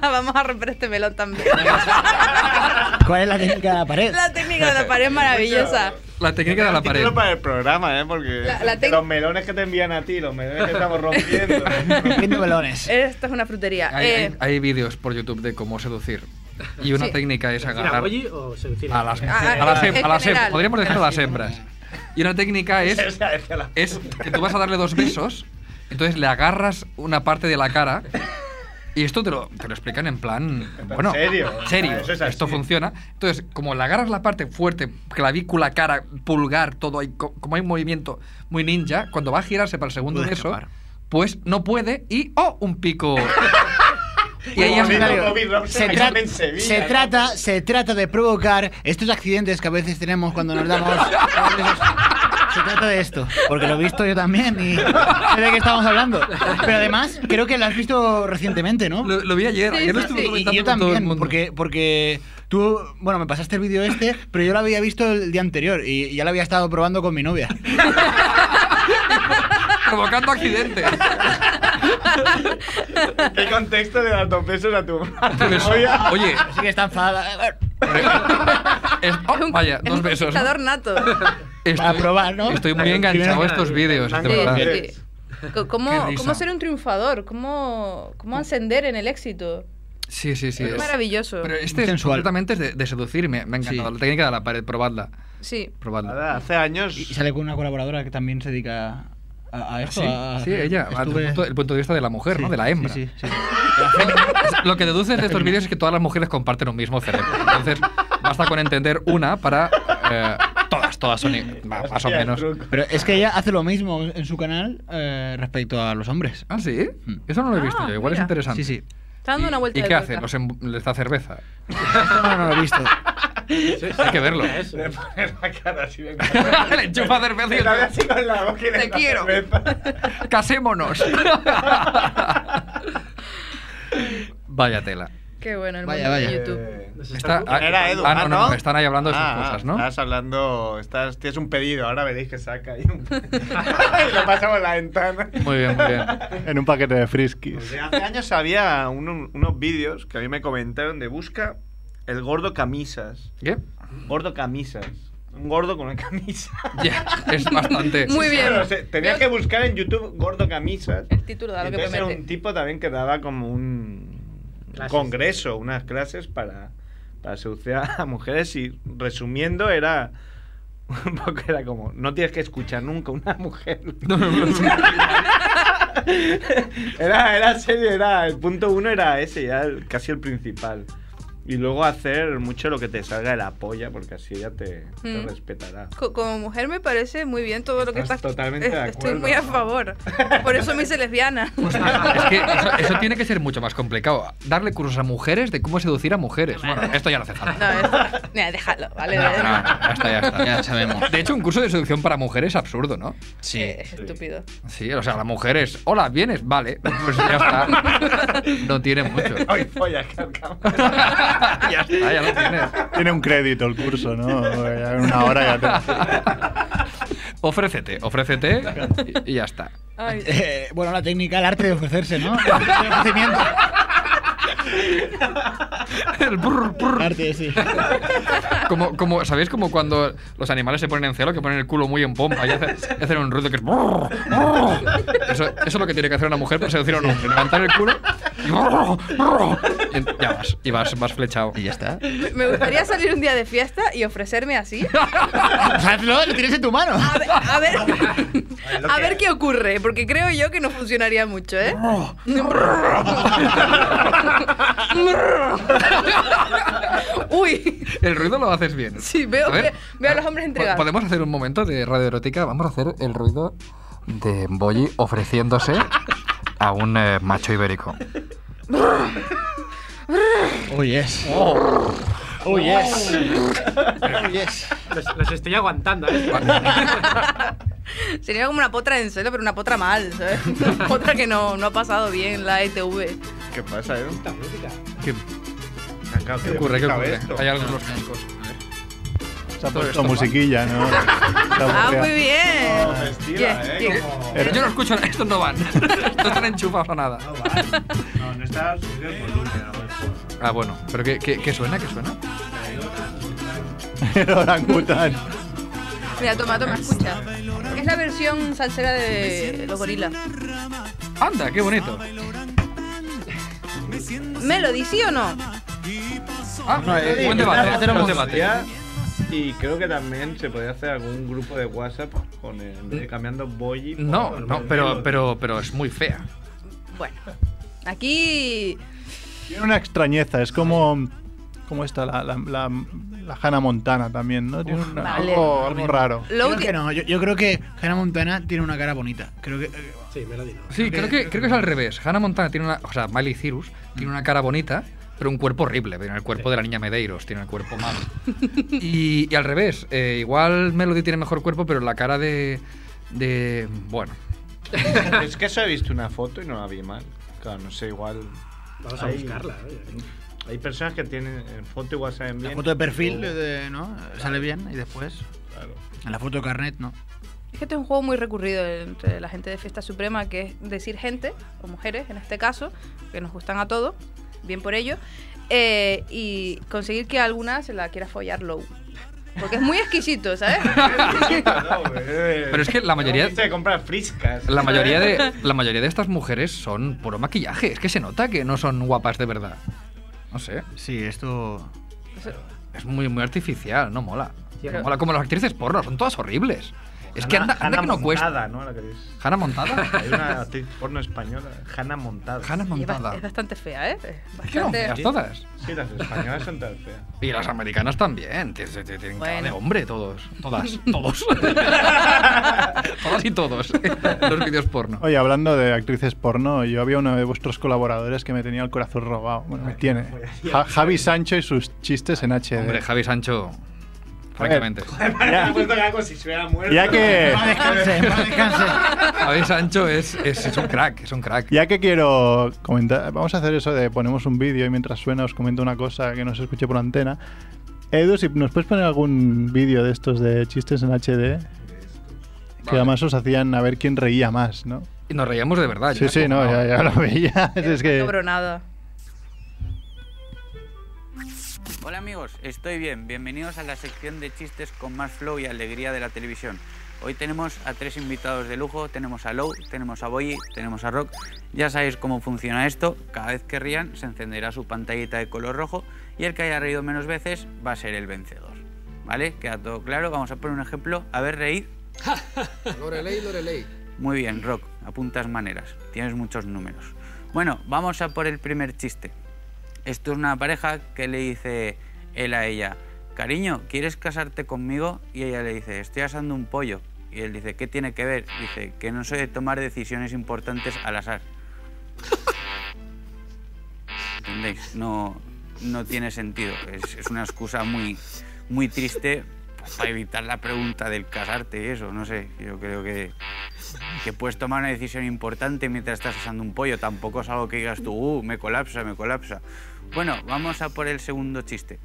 Vamos a romper este melón también. ¿Cuál es la técnica de la pared? La técnica de la pared es maravillosa. La técnica de la pared. Título para el programa, ¿eh? Porque La- la entre tec- los melones que te envían a ti, los melones que estamos rompiendo. Rompiendo melones. Esta Eh, es una frutería. Hay, Eh, hay- hay vídeos por YouTube de cómo seducir. Y una Sí. técnica es ¿Seducir a agarrar Boyi o seducir a las, Ah, a las, en hem- a las hem- general. podríamos decir a las hembras. Y una técnica Eh, O es, sea, es que la- es que tú vas a darle dos besos, entonces le agarras una parte de la cara. Y esto te lo, te lo explican en plan. Bueno, serio? serio, Eso es así. esto funciona. Entonces, como le agarras la parte fuerte, clavícula, cara, pulgar, todo, hay, co- como hay un movimiento muy ninja, cuando va a girarse para el segundo Puede beso, escapar. pues no puede y ¡oh! Un pico. y ahí Como has- vino Bobby Robson Se, tra- ayer en Sevilla, se ¿no? trata, se trata de provocar estos accidentes que a veces tenemos cuando nos damos. Se trata de esto, porque lo he visto yo también y sé de qué estamos hablando. Pero además, creo que lo has visto recientemente, ¿no? Lo, lo vi ayer, Sí, ayer lo sí, estuve sí. Y comentando con yo todo el también, mundo. porque, porque tú, bueno, me pasaste el vídeo este, pero yo lo había visto el día anterior y ya lo había estado probando con mi novia. Provocando accidentes. ¿Qué contexto le das dos besos a tu a tu Beso. novia? Oye, Así que está enfadada. es- oh, vaya, Es dos un besos. ¿no? conquistador nato. Estoy, Para probar, ¿no? Estoy muy enganchado a estos vídeos. de Sí, verdad. sí. Co- ¿Cómo, Qué risa. ¿Cómo ser un triunfador? ¿Cómo, ¿Cómo ascender en el éxito? Sí, sí, sí. es es- maravilloso. Pero este Muy sensual. completamente es de, de seducirme. Me ha encantado. Sí. La técnica de la pared, probadla. Sí. probadla. Nada, hace años. Y sale con una colaboradora que también se dedica a, a esto. ¿Ah, Sí, a- sí, ella. desde Ah, eh, estuve- El, punto, el punto de vista de la mujer, ¿no? Sí, De la hembra. Sí, sí, sí. Lo que deduces de estos vídeos es que todas las mujeres comparten un mismo cerebro. Entonces, basta con entender una para. eh, todas, todas son. i- va, Más o Hostia, el menos. truco. Pero es que ella hace lo mismo en su canal eh, respecto a los hombres. Ah, sí. Mm. Eso no lo he visto Ah, yo. Igual es mira. interesante. Sí, sí. Está dando ¿Y- una vuelta ¿Y de qué tuerca. hace? ¿Los em- ¿Les da cerveza? Esto no, no lo he visto. Hay que verlo. Eso. Le pone la cara así de Le enchufa cerveza y Le da así con la boca y le Te da quiero. cerveza. ¡Casémonos! Vaya tela. Qué bueno el Vaya, mundo de vaya. YouTube. Eh, Nos Está- están- ah, Era Edu, ah, no, ah, no, ¿no? están ahí hablando de sus Ah, ah, cosas, ¿no? Estás hablando, estás, tienes un pedido, ahora veréis que saca ahí un... y lo pasa por la ventana. Muy bien, muy bien. En un paquete de Pues friskies. de hace años había un- unos vídeos que a mí me comentaron de busca el gordo camisas. ¿Qué? Gordo camisas. Un gordo con una camisa. Ya, es bastante. Muy bien. Claro, o sea, tenía que buscar en YouTube gordo camisas. El título da lo que Entonces era un promete. tipo también que daba como un Clases. congreso, unas clases para, para seducir a mujeres y resumiendo era un poco era como no tienes que escuchar nunca una mujer. era, era serio, era el punto uno era ese, ya el- casi el principal. Y luego hacer mucho lo que te salga de la polla, porque así ella te, te Mm. respetará. Co- Como mujer me parece muy bien todo lo que Estás estás. totalmente de Estoy acuerdo. muy a favor. Por eso me hice lesbiana. Es que eso, eso tiene que ser mucho más complicado. Darle cursos a mujeres de cómo seducir a mujeres. Bueno, esto ya no hace No, falta. es- Nah, déjalo, vale. No, no, ya está, ya está. Ya sabemos. De hecho, un curso de seducción para mujeres es absurdo, ¿no? Sí. Eh, estúpido. Sí, o sea, la mujer es, hola, ¿vienes? Vale, pues ya está. No tiene mucho. Hoy follas, carcamo. ya está, ya lo tienes. Tiene un crédito el curso, ¿no? Ya En una hora ya te... Ofrécete, ofrécete y, y ya está. Ay, Eh, bueno, la técnica, el arte de ofrecerse, ¿no? El ofrecimiento. El brr, brr. Arte, sí. Como, como, ¿Sabéis como cuando los animales se ponen en celo, que ponen el culo muy en pompa y hacen, y hacen un ruido que es... brr, brr? Eso, eso es lo que tiene que hacer una mujer para seducir a un hombre. Levantar el culo y... brr, brr, y ya vas, y vas, vas flechado. Y ya está. me gustaría salir un día de fiesta y ofrecerme así. Pues hazlo, lo tienes en tu mano. A ver, a ver, lo a que- ver qué ocurre, porque creo yo que no funcionaría mucho, ¿eh? Uy, El ruido lo haces bien. sí, veo, A ver, que- veo a los hombres entregados. po- ¿Podemos hacer un momento de radio erótica? Vamos a hacer el ruido de Boyi ofreciéndose a un eh, macho ibérico. Oh, yes. Oh, yes. Oh, yes. los, los estoy aguantando. ¿eh? Sería como una potra en celo, pero una potra mal, ¿sabes? Una potra que no, no ha pasado bien en la E ETV. ¿Qué pasa, Edu? ¿Qué, Acá, qué ocurre? ¿Qué ¿Sabe ocurre? esto? Hay algo en los cascos. Se ha Pues puesto musiquilla, ¿no? Está Ah, bugueado. muy bien. Oh, festiva, Bien, ¿eh? bien. Como- Pero yo no escucho, estos no van. Estos están enchufados a nada. No, no está pues, subido eh, el volumen. ¿no? Ah, bueno. ¿Pero qué, qué, qué suena? ¿Qué suena? El orangután. Mira, toma, toma, escucha. Es la versión salsera de los gorilas. ¡Anda, qué bonito! Melody, ¿sí o no? Ah, eh, Sí, buen está debate, buen haciendo debate. música Y creo que también se podría hacer algún grupo de WhatsApp con el, en vez de cambiando boy. por- No, por no, Boy. pero, pero, pero es muy fea. Bueno. Aquí Tiene una extrañeza, es como. Como esta, la, la, la, la Hannah Montana también, ¿no? Tiene una- vale. algo, algo raro. lo Creo que no, yo, yo creo que Hannah Montana tiene una cara bonita. Creo que. eh, Sí, Melody no. Sí, creo que, creo que es al revés. Hannah Montana tiene una. O sea, Miley Cyrus tiene una cara bonita, pero un cuerpo horrible. Tiene el cuerpo de la niña Medeiros, tiene el cuerpo malo. Y, y al revés, eh, igual Melody tiene mejor cuerpo, pero la cara de. de. bueno. Es que eso he visto una foto y no la vi mal. Claro, no sé, igual. Vamos a Ahí. buscarla. ¿eh? Hay personas que tienen en foto igual saben La bien. foto de perfil, eh, de- ¿no? Sale bien y después. Claro. En la foto de carnet, no. Es que este es un juego muy recurrido entre la gente de Fiesta Suprema, que es decir gente, o mujeres en este caso, que nos gustan a todos, bien por ello, eh, y conseguir que alguna se la quiera follar low. Porque es muy exquisito, ¿sabes? Pero es que la mayoría- Eh, Se comprar friscas. La mayoría, de, la mayoría de estas mujeres son puro maquillaje. Es que se nota que no son guapas de verdad. No sé. Sí, esto. Es muy, muy artificial, no mola. Sí, No mola como las actrices porno, son todas horribles. Es que anda, anda que no cuesta. Montada, ¿no? La que es. Hannah Montada. Hay una actriz porno española, Hanna Montada. Hannah Y es, ba- Montada. es bastante fea, ¿eh? Es Es que eran Bastante... feas todas. Sí, las españolas son tan feas. Y las americanas también. t- t- t- Tienen cara de Bueno. hombre todos. Todas. Todos. todas y todos. Los vídeos porno. Oye, hablando de actrices porno, yo había uno de vuestros colaboradores que me tenía el corazón robado. Bueno, me tiene. Ja- Javi Sancho y sus chistes en HD. pues, Hombre, Javi Sancho. Francamente. Ya. puesto que hago si se hubiera muerto. ya que, Descanse, descanse. Javi Sancho es, es, es un crack, es un crack. ya que quiero comentar, vamos a hacer eso de ponemos un vídeo y mientras suena os comento una cosa que no se escuche por antena. Edu, si nos puedes poner algún vídeo de estos de chistes en HD, que Vale. además os hacían a ver quién reía más, ¿no? Y nos reíamos de verdad. Sí, ya, sí, no, como- ya, ya lo veía. Es que... Cabronada. Hola amigos, estoy bien. Bienvenidos a la sección de chistes con más flow y alegría de la televisión. Hoy tenemos a tres invitados de lujo, tenemos a Low, tenemos a Boyi, tenemos a Rock. Ya sabéis cómo funciona esto, cada vez que rían se encenderá su pantallita de color rojo y el que haya reído menos veces va a ser el vencedor. ¿Vale? ¿Queda todo claro? Vamos a poner un ejemplo. A ver, reír. Lorelei, Lorelei. Muy bien, Rock, apuntas maneras, tienes muchos números. Bueno, vamos a por el primer chiste. Esto es una pareja que le dice él a ella, cariño, ¿quieres casarte conmigo? Y ella le dice, estoy asando un pollo. Y él dice, ¿qué tiene que ver? Dice, que no soy de tomar decisiones importantes al azar. ¿Entendéis? No, no tiene sentido. Es, es una excusa muy, muy triste para evitar la pregunta del casarte y eso. No sé, yo creo que que puedes tomar una decisión importante mientras estás asando un pollo. Tampoco es algo que digas tú, "Uh, me colapsa, me colapsa. Bueno, vamos a por el segundo chiste.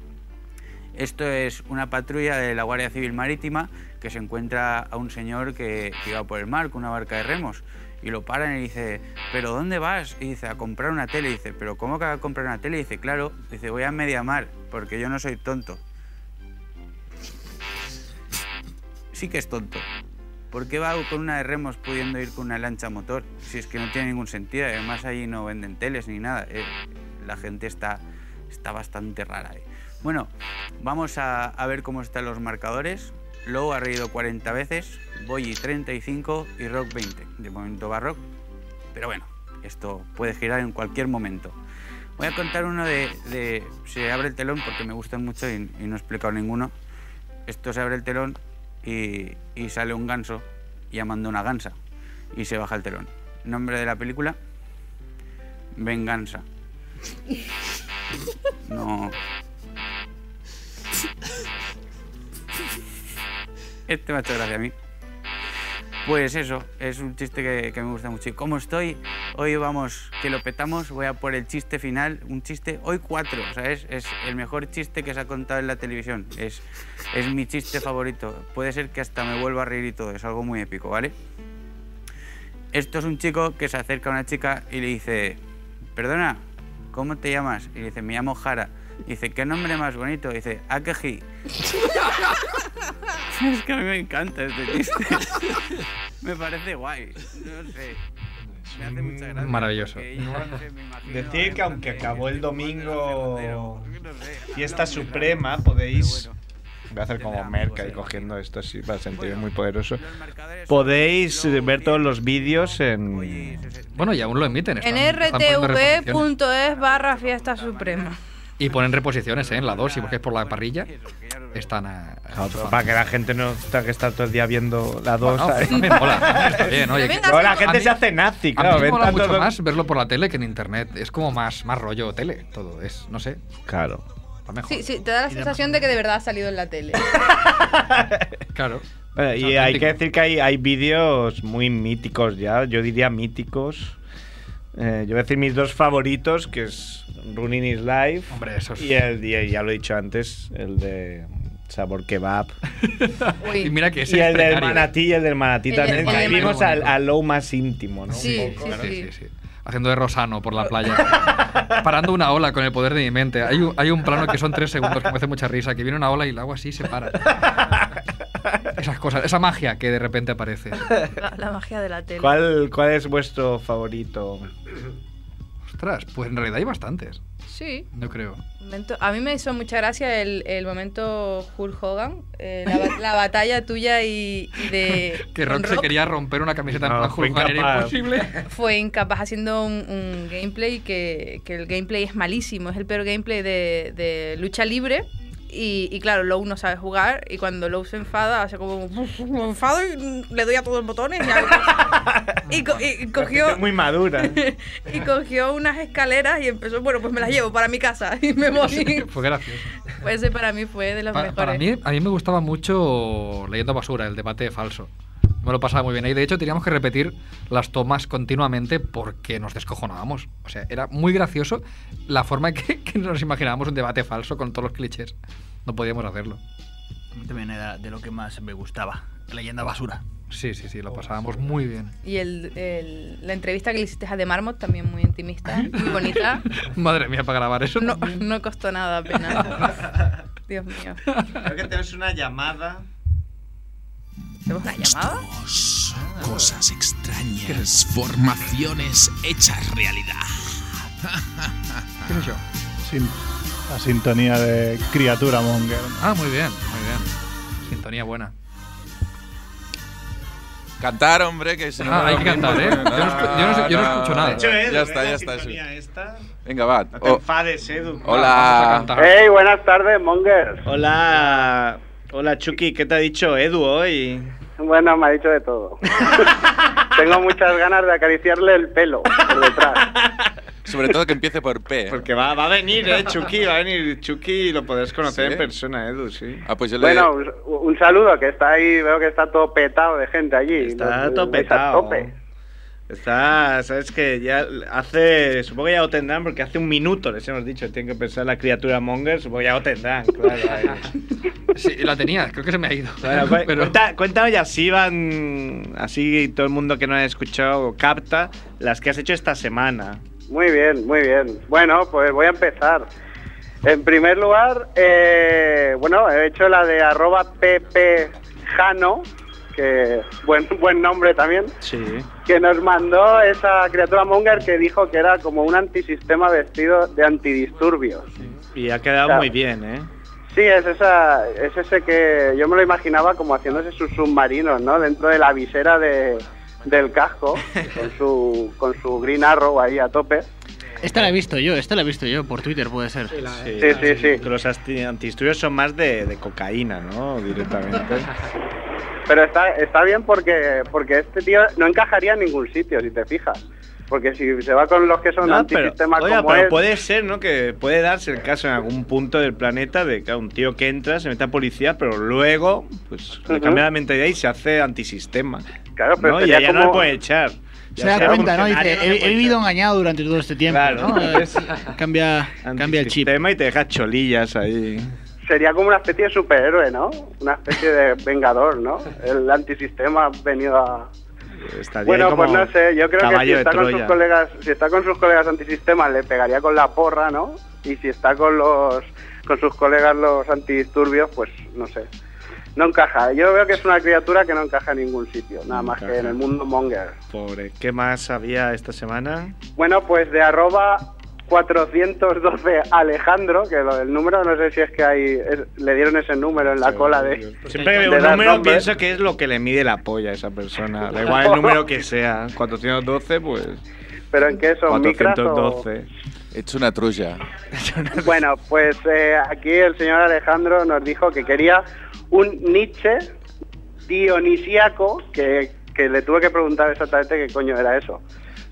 Esto es una patrulla de la Guardia Civil Marítima que se encuentra a un señor que, que iba por el mar con una barca de remos y lo paran y dice, ¿pero dónde vas? Y dice, a comprar una tele. Y dice, ¿pero cómo que a comprar una tele? Y dice, claro, dice, voy a media mar porque yo no soy tonto. Sí que es tonto. ¿Por qué va con una de remos pudiendo ir con una lancha a motor? Si es que no tiene ningún sentido. Además, allí no venden teles ni nada. Eh, la gente está, está bastante rara. eh. Bueno, vamos a, a ver cómo están los marcadores. Low ha reído 40 veces, Boyi 35 y Rock 20. De momento va Rock. Pero bueno, esto puede girar en cualquier momento. Voy a contar uno de... de- se abre el telón porque me gustan mucho y, y no he explicado ninguno. Esto se abre el telón y, y sale un ganso llamando a una gansa y se baja el telón. Nombre de la película: Venganza. No. Este me ha hecho gracia a mí. Pues eso, es un chiste que, que me gusta mucho. ¿Y cómo estoy? Hoy vamos, que lo petamos, voy a por el chiste final, un chiste, hoy cuatro, ¿sabes? Es el mejor chiste que se ha contado en la televisión, es, es mi chiste favorito. Puede ser que hasta me vuelva a reír y todo, es algo muy épico, ¿vale? Esto es un chico que se acerca a una chica y le dice, perdona, ¿cómo te llamas? Y le dice, me llamo Jara. Y dice, ¿qué nombre más bonito? Y dice, Akeji. es que a mí me encanta este chiste. me parece guay, no sé. Me hace mucha gracia Maravilloso. porque ella, no sé, me imagino, Decir que en aunque plan de- acabó el domingo No sé, fiesta habla muy raro, suprema, pero podéis- bueno. Voy a hacer como merca y cogiendo esto así para sentirme muy poderoso. Los marcadores son Podéis Low, ver todos 100, los vídeos Boyi, en. 60. Bueno, y aún lo emiten. están- En están poniendo reposiciones. rtv.es barra fiesta suprema. Y ponen reposiciones, ¿eh? En la 2, si buscáis por la parrilla, Eso, que ya lo veo. están a. a- Para que la gente no tenga que estar todo el día viendo la dos. Bueno, ¿sabes? también mola. Está bien, oye. que- Venga, Luego la a gente mí- se hace nazi, A claro. mí me ven mola mucho tanto- más verlo por la tele que en internet. Es como más, más rollo tele, todo. Es, no sé, Claro. está mejor. Sí, sí, te da la sensación de que de verdad ha salido en la tele. Claro. Bueno, Es y hay auténtico. que decir que hay, hay vídeos muy míticos ya, yo diría míticos. Eh, yo voy a decir mis dos favoritos, que es Running is Life Hombre, eso es- y el de- ya lo he dicho antes, el de Sabor kebab. Uy. Y mira que es ¿eh? Y el del precario. manatí, y el del manatí El también. del manatí. Vivimos al, al low más íntimo, ¿no? Sí, Un poco. sí, Claro, sí. sí, sí. Haciendo de Rosano por la playa. Parando una ola con el poder de mi mente. Hay un, hay un plano que son tres segundos que me hace mucha risa, que viene una ola y el agua así se para. Esas cosas, esa magia que de repente aparece. La, la magia de la tele. ¿Cuál, ¿Cuál es vuestro favorito? Ostras, pues en realidad hay bastantes, Sí. yo creo. Momento- a mí me hizo mucha gracia el, el momento Hulk Hogan, eh, la, ba- la batalla tuya y, y de. Que con Rock se Rock. quería romper una camiseta No, en plan fue Hulk Hogan, era incapaz. imposible. Fue incapaz haciendo un, un gameplay que, que el gameplay es malísimo, es el peor gameplay de, de lucha libre. Y, y claro, Low no sabe jugar y cuando Low se enfada hace como un me enfado y mm, le doy a todos los botones y, hago cosas. y, co- y- y cogió Es muy madura. y cogió unas escaleras y empezó bueno pues me las llevo para mi casa y me morí Fue gracioso. Pues ese para mí fue de los Pa- mejores para mí, a mí me gustaba mucho Leyendo Basura, el debate falso. Me lo pasaba muy bien. Y de hecho teníamos que repetir las tomas continuamente porque nos descojonábamos. O sea, era muy gracioso la forma en que, que nos imaginábamos un debate falso con todos los clichés. No podíamos hacerlo. A mí también era de lo que más me gustaba. Leyenda basura. Sí, sí, sí, lo pasábamos muy bien. Y el, el- la entrevista que le hiciste a De Marmot también muy intimista, muy bonita. Madre mía, para grabar eso. No, no costó nada apenas. Dios mío. Creo que tenemos una llamada. ¿Tenemos una llamada? Cosas extrañas, formaciones hechas realidad. ¿Quién es yo? Sin, la sintonía de Criatura Monger. Ah, muy bien, muy bien. Sintonía buena. Cantar, hombre, que si no. Ah, no hay lo que mismo, cantar, ¿eh? ¿no? Yo no escu- yo no escu- yo no escucho nada. De hecho, Edu, Ya ¿eh? está, La ya está. eso. sintonía esta. Venga, va. No te Oh, enfades, Edu. Vamos a hola. cantar. Hey, buenas tardes, Monger. Hola. Hola, Chucky. ¿Qué te ha dicho Edu hoy? Bueno, me ha dicho de todo. Tengo muchas ganas de acariciarle el pelo por detrás. Sobre todo que empiece por P. ¿eh? Porque va, va a venir, ¿eh? Chucky, va a venir. Chucky y lo podrás conocer ¿Sí? en persona, Edu, sí. Ah, pues yo le. Bueno, un- un saludo que está ahí, veo que está todo petado de gente allí. Está Vais a topetao. tope. Está, sabes que ya hace, supongo que ya lo tendrán porque hace un minuto les hemos dicho, tienen que pensar la criatura monger, supongo que ya lo tendrán, claro. ahí. Sí, la tenía, creo que se me ha ido. Bueno, cu- Pero- cuenta- cuéntanos ya, así van, así todo el mundo que no ha escuchado capta las que has hecho esta semana. Muy bien, muy bien. Bueno, pues voy a empezar. En primer lugar, eh, bueno, he hecho la de arroba pepejano, que buen, buen nombre también. Sí. que nos mandó esa criatura monger que dijo que era como un antisistema vestido de antidisturbios. Y ha quedado Claro. muy bien, ¿eh? Sí, es, esa, es ese que yo me lo imaginaba como haciéndose sus submarinos, ¿no? Dentro de la visera de, del casco, con su, con su Green Arrow ahí a tope. Esta la he visto yo, esta la he visto yo por Twitter, puede ser. Sí, sí, sí. Que Los asti- antidisturbios son más de, de cocaína, ¿no? Directamente. Pero está, está bien porque, porque este tío no encajaría en ningún sitio, si te fijas. Porque si se va con los que son No, Ah, pero, antisistema oiga, como pero él... puede ser, ¿no? Que puede darse el caso en algún punto del planeta de que un tío que entra se mete a policía, pero luego pues, le Ujú. cambia la mentalidad y se hace antisistema. Claro, pero ¿no? Y sería ya no le como- puede echar. Se Ya da sea cuenta, funcionario, ¿no? Dice, no le he, he puede vivido echar. engañado durante todo este tiempo. Claro. ¿no? Es- cambia, cambia el chip. Antisistema y te deja cholillas ahí. Sería como una especie de superhéroe, ¿no? Una especie de vengador, ¿no? El antisistema ha venido a... Estaría ahí Bueno, como pues no sé, yo creo que si caballo de está, con sus Troya. colegas, si está con sus colegas antisistema le pegaría con la porra, ¿no? Y si está con los con sus colegas los antidisturbios, pues no sé. No encaja. Yo veo que es una criatura que no encaja en ningún sitio, nada No más que encaja. en el mundo monger. Pobre, ¿qué más había esta semana? Bueno, pues de arroba 412 Alejandro, que lo del número no sé si es que hay es- le dieron ese número en la cola de... Siempre que veo de un dar número nombre. pienso que es lo que le mide la polla a esa persona. Da igual el número que sea. 412, pues. ¿Pero en qué son? ¿Micras o- 412. He hecho Oh. una trulla. Bueno, pues eh, aquí el señor Alejandro nos dijo que quería un Nietzsche dionisíaco, que, que le tuve que preguntar exactamente qué coño era eso,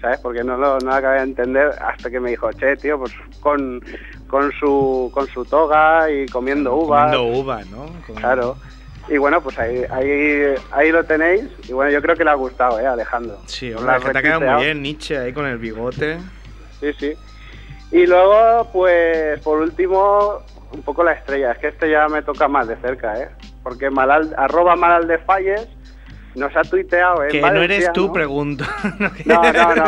¿sabes? Porque no lo, no lo acabé de entender hasta que me dijo, che, tío, pues con, con, su, con su toga y comiendo uvas. Comiendo uva, ¿no? Comiendo- Claro. Y bueno, pues ahí, ahí, ahí lo tenéis. Y bueno, yo creo que le ha gustado, ¿eh, Alejandro? Sí, La hombre, que te ha quedado retuiteado. Eh, muy bien Nietzsche ahí con el bigote. Sí, sí. Y luego, pues, por último, un poco la estrella. Es que este ya me toca más de cerca, ¿eh? Porque Malal, arroba Malal de Falles nos ha tuiteado, ¿eh? Que no eres tú, pregunto. No, no, no.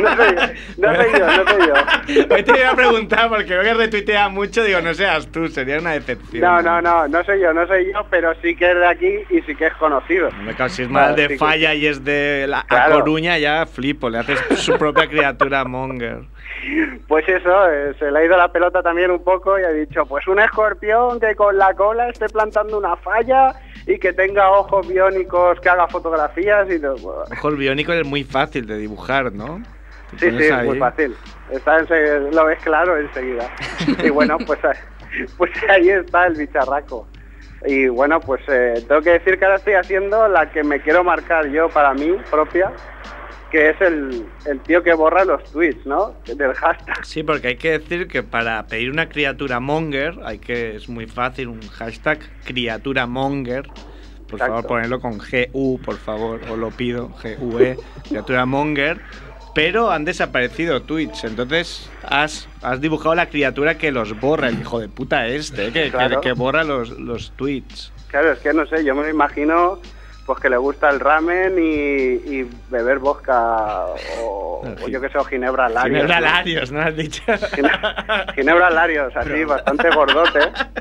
No soy, no soy yo, no soy yo. Hoy te iba a preguntar porque veo que retuitea mucho, digo, no seas tú, sería una decepción. No, no, no, no soy yo, no soy yo, pero sí que es de aquí y sí que es conocido. Me cago, si es mal Claro, sí de que- falla y es de la, Claro. a Coruña, ya flipo, le haces su propia criatura monger. Pues eso, eh, se le ha ido la pelota también un poco y ha dicho, pues un escorpión que con la cola esté plantando una falla y que tenga ojos biónicos, que haga fotografías y... no- Ojo, el biónico es muy fácil de dibujar, ¿no? Te Sí, sí, pones es ahí. muy fácil. Está ense- lo ves claro enseguida. Y bueno, pues, ahí- pues ahí está el bicharraco. Y bueno, pues eh, tengo que decir que ahora estoy haciendo la que me quiero marcar yo para mí propia, que es el, el tío que borra los tweets, ¿no? Del hashtag. Sí, porque hay que decir que para pedir una criatura monger, hay que es muy fácil un hashtag criatura monger. Por favor, Exacto. ponerlo con GU, por favor, os lo pido, GUE, criatura monger. Pero han desaparecido Twitch, entonces has, has dibujado la criatura que los borra, el hijo de puta este, que, que- Claro. que borra los, los tweets. Claro, es que no sé, yo me lo imagino pues que le gusta el ramen y, y beber vodka o, o yo que sé, o ginebra Larios. Ah, Ginebra ¿no? Larios, ¿no has dicho? Ginebra Larios, así, bastante gordote,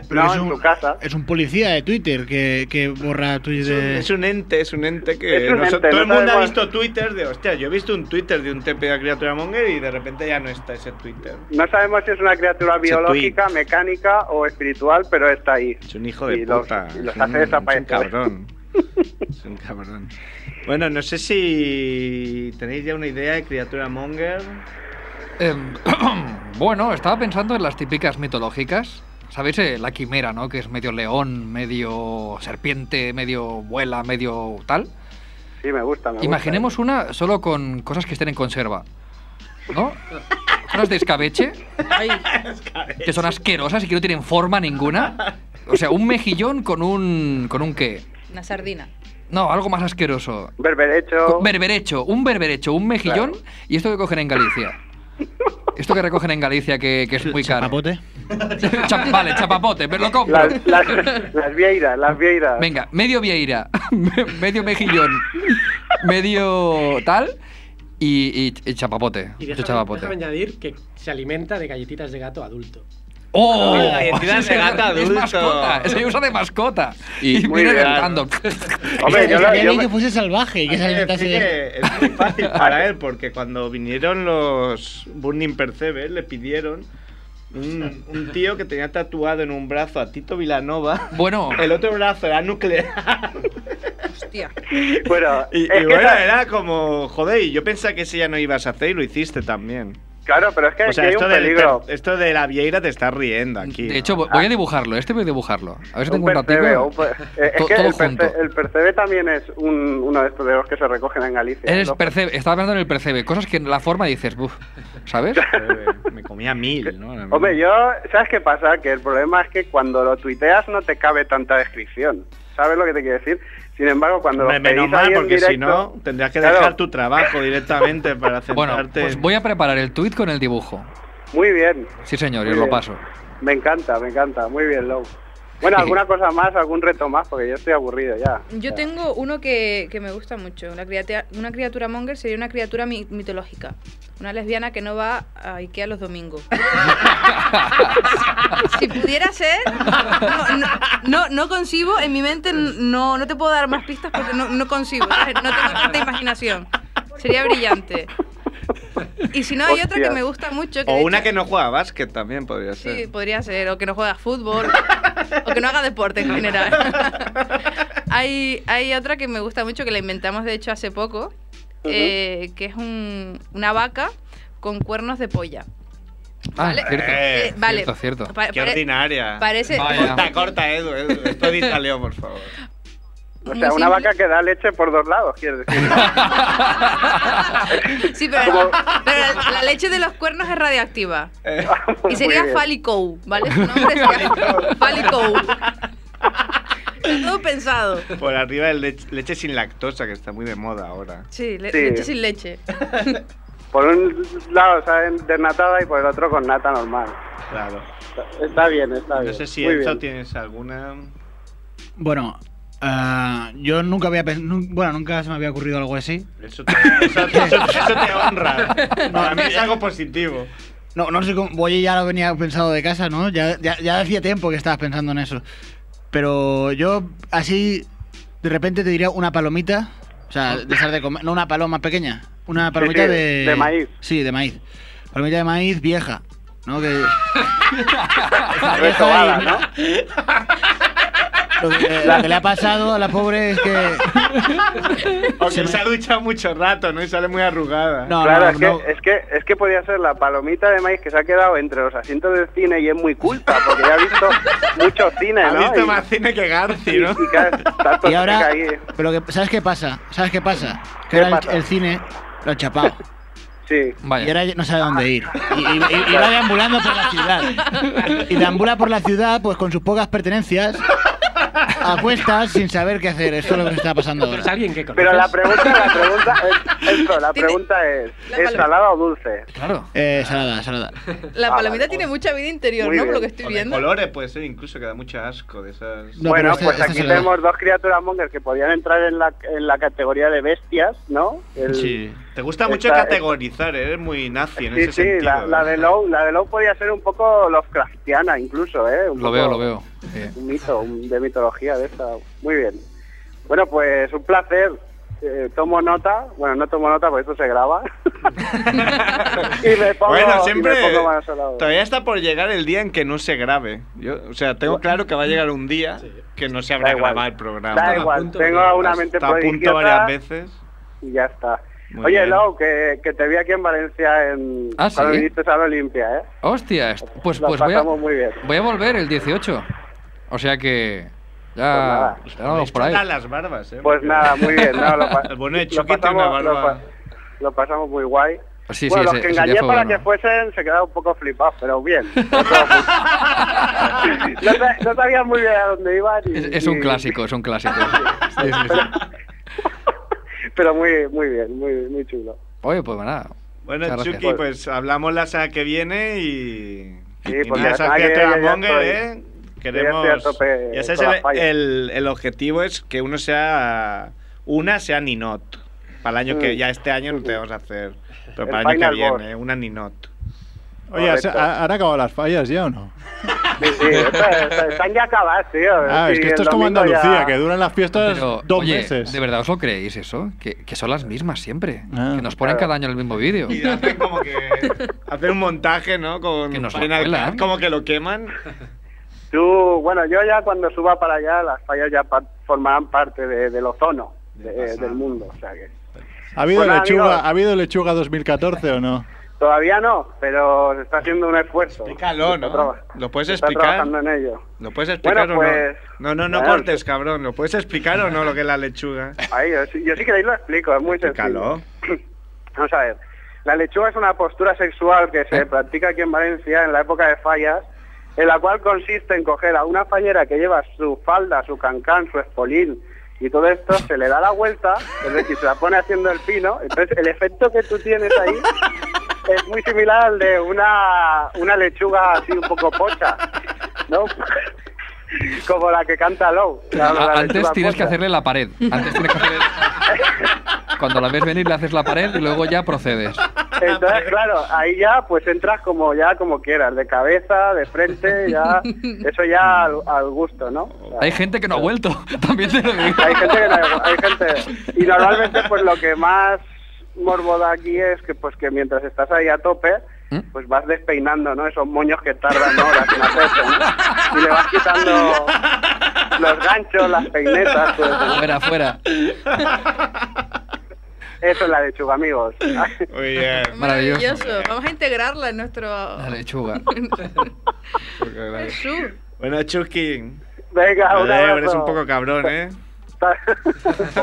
¿no? En su casa. Es un policía de Twitter que, que borra tweets de. Es un ente, es un ente que Es un noso- ente, todo no el mundo ha sabemos. visto Twitter de, hostia, yo he visto un Twitter de un TP de criatura monger y de repente ya no está ese Twitter. No sabemos si es una criatura biológica, mecánica o espiritual, pero está ahí. Es un hijo de Y los- puta. y los es un- hace desaparecer. Es un cabrón. es un cabrón. Bueno, no sé si tenéis ya una idea de criatura monger. Em, bueno, estaba pensando en las típicas mitológicas. ¿Sabéis? eh, la quimera, ¿no? Que es medio león, medio serpiente, medio vuela, medio tal. Sí, me gusta, me gusta. Imaginemos una solo con cosas que estén en conserva. ¿No? Unas de escabeche, que son asquerosas y que no tienen forma ninguna. O sea, un mejillón con un. ¿Con un qué? Una sardina. No, algo más asqueroso. Berberecho. Berberecho, un berberecho, un mejillón y esto que cogen en Galicia. Esto que recogen en Galicia que, que es muy caro. ¿Chapapote? vale, chapapote, pero lo compro. Las, las- las vieiras, las vieiras. Venga, medio vieira, me- medio mejillón, medio tal y, y- y chapapote. Y mucho déjame, déjame chapapote. añadir que se alimenta de galletitas de gato adulto. ¡Oh! Galletitas de gato Es adulto. mascota, se usa de mascota. Y, Muy viene bien. cantando. Hombre, yo lo- Quería yo que me- fuese salvaje y que se Hay que alimentase decir de. que es muy fácil para él, porque cuando vinieron los Burning Percebes le pidieron un, un tío que tenía tatuado en un brazo a Tito Vilanova. Bueno. El otro brazo era nuclear. Hostia. Bueno, es Y, y que bueno, esa- era como, joder, y yo pensaba que ese ya no ibas a hacer y lo hiciste también. Claro, pero es que O sea, aquí hay esto un del peligro. per- esto de la vieira te está riendo aquí. De hecho, vo- voy a dibujarlo, este voy a dibujarlo. A ver si Un tengo un percebe, Ah. un ratico. per- eh, es To- que todo el, perce- junto. el percebe también es un- uno de estos de los que se recogen en Galicia. Eres ¿no? percebe, estaba hablando en el percebe, cosas que en la forma dices, "Buf", ¿sabes? Me comía mil, ¿no? Hombre, yo, ¿sabes qué pasa? Que el problema es que cuando lo tuiteas no te cabe tanta descripción. ¿Sabes lo que te quiero decir? Sin embargo, cuando Hombre, lo pedís menos ahí mal, en porque si directo- no, tendrías que Claro. dejar tu trabajo directamente para Bueno, centrarte. pues voy a preparar el tuit con el dibujo. Muy bien, Sí, señor, y Muy os lo bien. paso. me encanta, me encanta. Muy bien, Lou. Bueno, ¿alguna cosa más? ¿Algún reto más? Porque yo estoy aburrido ya. Yo tengo uno que, que me gusta mucho. Una criatura, una criatura monger sería una criatura mi- mitológica. Una lesbiana que no va a Ikea los domingos. si, si pudiera ser, no, no, no- no concibo, en mi mente n- no, no te puedo dar más pistas porque no, no concibo, ¿sabes? no tengo tanta imaginación. Sería brillante. Y si no, hay otra que Hostias. me gusta mucho. Que O de una hecho- que no juega a básquet también podría ser. Sí, podría ser, o que no juega a fútbol, o que no haga deporte en general. hay, hay otra que me gusta mucho, que la inventamos de hecho hace poco, eh, que es un- una vaca con cuernos de polla. Ah, Vale. cierto. Eh, vale. Cierto, cierto. Pa- Qué pare- ordinaria. parece- Vaya. Corta, corta, Edu. Edu. Esto edítalo, por favor. O sea, una vaca que da leche por dos lados, quieres decir. Sí, pero, pero la, la leche de los cuernos es radiactiva. Y sería Eh, bien. Falicou, ¿vale? Su nombre sería Falicou. Está todo pensado. Por arriba el lech- leche sin lactosa, que está muy de moda ahora. Sí, le- Sí. leche sin leche. por un lado sabe desnatada y por el otro con nata normal. Claro. Está bien, está bien. No sé si Muy Enzo bien. tienes alguna. Bueno, ah, yo nunca había pens- nun- bueno, nunca se me había ocurrido algo así. Eso te, eso- eso- eso te honra. Para mí eh, es algo positivo. No, no sé cómo. Boye ya lo venía pensado de casa, ¿no? Ya, ya, ya hacía tiempo que estabas pensando en eso. Pero yo, así, de repente te diría una palomita. O sea, dejar de comer. No una paloma pequeña. Una palomita sí, de. de maíz. Sí, de maíz. Palomita de maíz vieja. ¿No? Que. Retobada, ¿no? Lo eh, que, lo que le ha pasado a eh, la pobre es que. Aunque se ha duchado mucho rato, ¿no? Y sale muy arrugada. claro, es, que, es, que, es que podía ser la palomita de maíz que se ha quedado entre los asientos del cine y es muy culpa, porque ya ha visto mucho cine, Ha ¿no? visto Y- más cine que Garci, ¿no? y claro, tanto Y ahora. cine que hay. Pero que, ¿sabes qué pasa? ¿Sabes qué pasa? ¿Qué Que ahora el- pasa? el cine lo han chapado. Sí. Y ahora no sabe dónde ir. Y, y- y- y va deambulando por la ciudad. Y deambula por la ciudad, pues con sus pocas pertenencias, a cuestas, sin saber qué hacer. Esto es lo que está pasando ahora. Es alguien que Pero la pregunta, la pregunta, es, esto, la pregunta es, La ¿es palomita. salada o dulce? Claro. Eh, salada, salada. La Ah, palomita vale, tiene mucha vida interior, Muy ¿no? Por lo que bien. estoy O de viendo. colores puede ser incluso que da mucho asco de esas. No, bueno, pero esta- pues esta aquí se la da. tenemos dos criaturas monger que podían entrar en la, en la categoría de bestias, ¿no? El- Sí. Te gusta mucho Esta- categorizar, eres muy nazi en Sí, ese sí, sentido. ¿eh? la, la de Low, la de Low podía ser un poco Lovecraftiana incluso, ¿eh? Un Lo poco veo, lo veo. Un mito, un- de mitología de esta. Muy bien. Bueno, pues un placer. Eh, tomo nota, bueno, no tomo nota porque esto se graba. y me pongo, Bueno, y me siempre pongo manos a la obra. Todavía está por llegar el día en que no se grabe. Yo, o sea, tengo claro que va a llegar un día que no se habrá Da igual. grabado el programa. Da igual, tengo una mente Está a punto prodigiosa varias veces. y ya está. Muy Oye, bien. Lau, que, que te vi aquí en Valencia en, Ah, ¿sí? cuando viniste a la Olimpia, ¿eh? Hostia, est- pues, Nos pues voy, a, pasamos muy bien. voy a volver el 18. O sea que. Ya. Pues ya vamos por ahí. Están las barbas, ¿eh? Pues nada, muy bien. No, lo pa- El bueno de lo Chucky tiene una pasamos- lo barba. pa- Lo pasamos muy guay. Pues Sí, sí, bueno, ese- los que ese día engañé fue para bueno. que fuesen se quedaron un poco flipados, pero bien. no, sa- no sabían muy bien a dónde iban. y- Es, es un y- clásico, es un clásico. Pero muy, muy bien, muy, muy chulo. Oye, pues nada. Bueno, Muchas gracias. Chucky, pues hablamos la semana que viene y. Sí, y porque nada, la esa semana que criatura viene ya monger, estoy- ¿eh? ya estoy a Queremos. tope Ya sabes, con las el, fallas. el, el objetivo es que uno sea. Una sea Ninot. Para el año que. Mm. Ya este año no te vamos a hacer. Pero El para el año que Final Board. viene, una Ninot. Oye, ¿has- Correcto. ha- ¿han acabado las fallas ya o no? Sí, sí, esta- esta- están ya acabadas, tío. Ah, es Sí, que esto el es como domingo Andalucía, ya- que duran las fiestas Pero, dos oye, meses. ¿de verdad os lo creéis eso? Que, que son las mismas siempre. Ah. que nos ponen Claro. cada año el mismo vídeo. Y hacen como que. hacen un montaje, ¿no? Con Que nos lo Final cuelan. Cut, como que lo queman. Tú, bueno, yo ya cuando suba para allá, las fallas ya pa- formarán parte de- del ozono de- del mundo. O sea que ¿Ha habido, Bueno, lechuga, amigos. ¿Ha habido lechuga 2014 o no? todavía no, pero se está haciendo un esfuerzo. Explícalo, Se está ¿no? traba- ¿Lo puedes se está explicar? trabajando en ello. ¿Lo puedes explicar Bueno, pues, o no? No, no, no bueno. cortes, cabrón. ¿Lo puedes explicar o no lo que es la lechuga? Ahí, yo, sí- yo sí queréis lo explico, es muy Explícalo. sencillo. Vamos a ver. La lechuga es una postura sexual que se practica aquí en Valencia en la época de fallas, en la cual consiste en coger a una fallera que lleva su falda, su cancán, su espolín y todo esto, se le da la vuelta, es decir, se la pone haciendo el pino. Entonces, el efecto que tú tienes ahí es muy similar al de una, una lechuga así un poco pocha, ¿no? Como la que canta Low. la- la A- antes lechuga tienes que pocha. hacerle la pared. Antes tienes que hacerle... Cuando la ves venir le haces la pared y luego ya procedes. Entonces, claro, ahí ya pues entras como ya como quieras, de cabeza, de frente, ya eso ya al, al gusto, ¿no? O sea, Hay gente que no ha vuelto. También te lo digo. hay gente que no, hay gente y normalmente pues lo que más morbo da aquí es que pues que mientras estás ahí a tope ¿Mm? pues vas despeinando, ¿no? Esos moños que tardan horas en hacerse, ¿no? Y le vas quitando los ganchos, las peinetas, pues, todo eso. Fuera, fuera. Eso es la lechuga, amigos. Muy bien. Maravilloso. Maravilloso. Vamos a integrarla en nuestro. La lechuga. sur. Bueno, Chucky. Venga, un joder, eres abrazo. un poco cabrón, ¿eh? Hasta-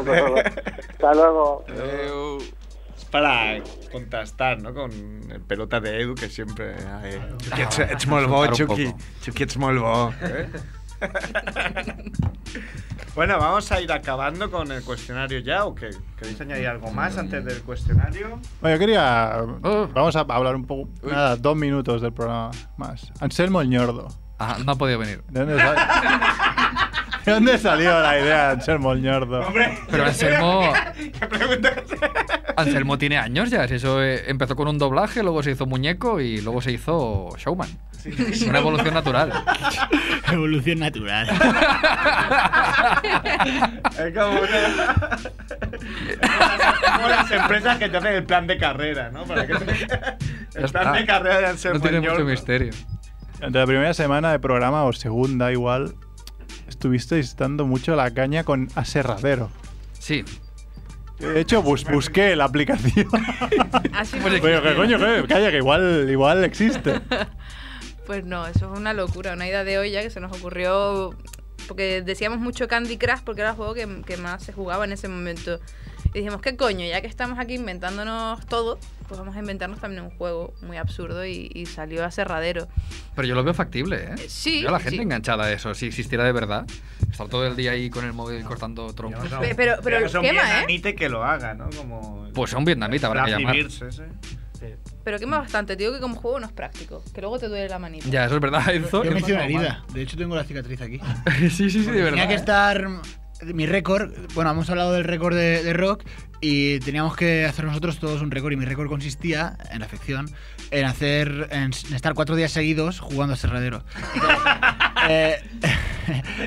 un poco, todo. Hasta luego. Es Eh, para contrastar, ¿no? Con el pelota de Edu que siempre. hay. Chucky, ets, ets molt bo, Soltar un Chucky. poco. Chucky, ets molt bo. Bueno, vamos a ir acabando con el cuestionario ya, ¿o qué? ¿Queréis añadir algo más antes del cuestionario? Bueno, yo quería. Oh. Vamos a hablar un poco. Nada, dos minutos del programa más. Anselmo el ñordo. Ah, no ha podido venir. ¿De dónde, sal- ¿De dónde salió la idea de Anselmo el ñordo? Pero Anselmo. Anselmo tiene años ya. si Eso eh, empezó con un doblaje, luego se hizo muñeco y luego se hizo showman. Una evolución natural. Evolución natural. Es como, una- como las empresas que te hacen el plan de carrera, ¿no? Para que te- el plan de carrera de Anselmo No tiene Ñordo. mucho misterio. Entre la primera semana de programa o segunda, igual, estuvisteis dando mucho la caña con Aserradero. Sí. De hecho, bus- busqué la aplicación. Así no. Pero que coño, que- calla, que igual, igual existe. Pues no, eso es una locura, una idea de olla que se nos ocurrió porque decíamos mucho Candy Crush porque era el juego que, que más se jugaba en ese momento. Y dijimos, ¿qué coño? Ya que estamos aquí inventándonos todo, pues vamos a inventarnos también un juego muy absurdo y, y salió a Cerradero. Pero yo lo veo factible, ¿eh? sí, Yo a la gente sí. enganchada a eso, si existiera de verdad. Estar todo el día ahí con el móvil cortando troncos. Pe- pero- pero que sea un quema, ¿eh? vietnamite que lo haga, ¿no? Como Pues a un vietnamita habrá que Flappy llamar. Birds ese. Pero quema bastante, te digo que como juego no es práctico, que luego te duele la manita. Ya, eso es verdad, Enzo. Yo me hice una Normal. herida. De hecho, tengo la cicatriz aquí. sí, sí, sí, de Tenía verdad. que estar. Mi récord. Bueno, hemos hablado del récord de, de rock. Y teníamos que hacer nosotros todos un récord. Y mi récord consistía, en la ficción, en hacer. en estar cuatro días seguidos jugando a Serradero. Eh,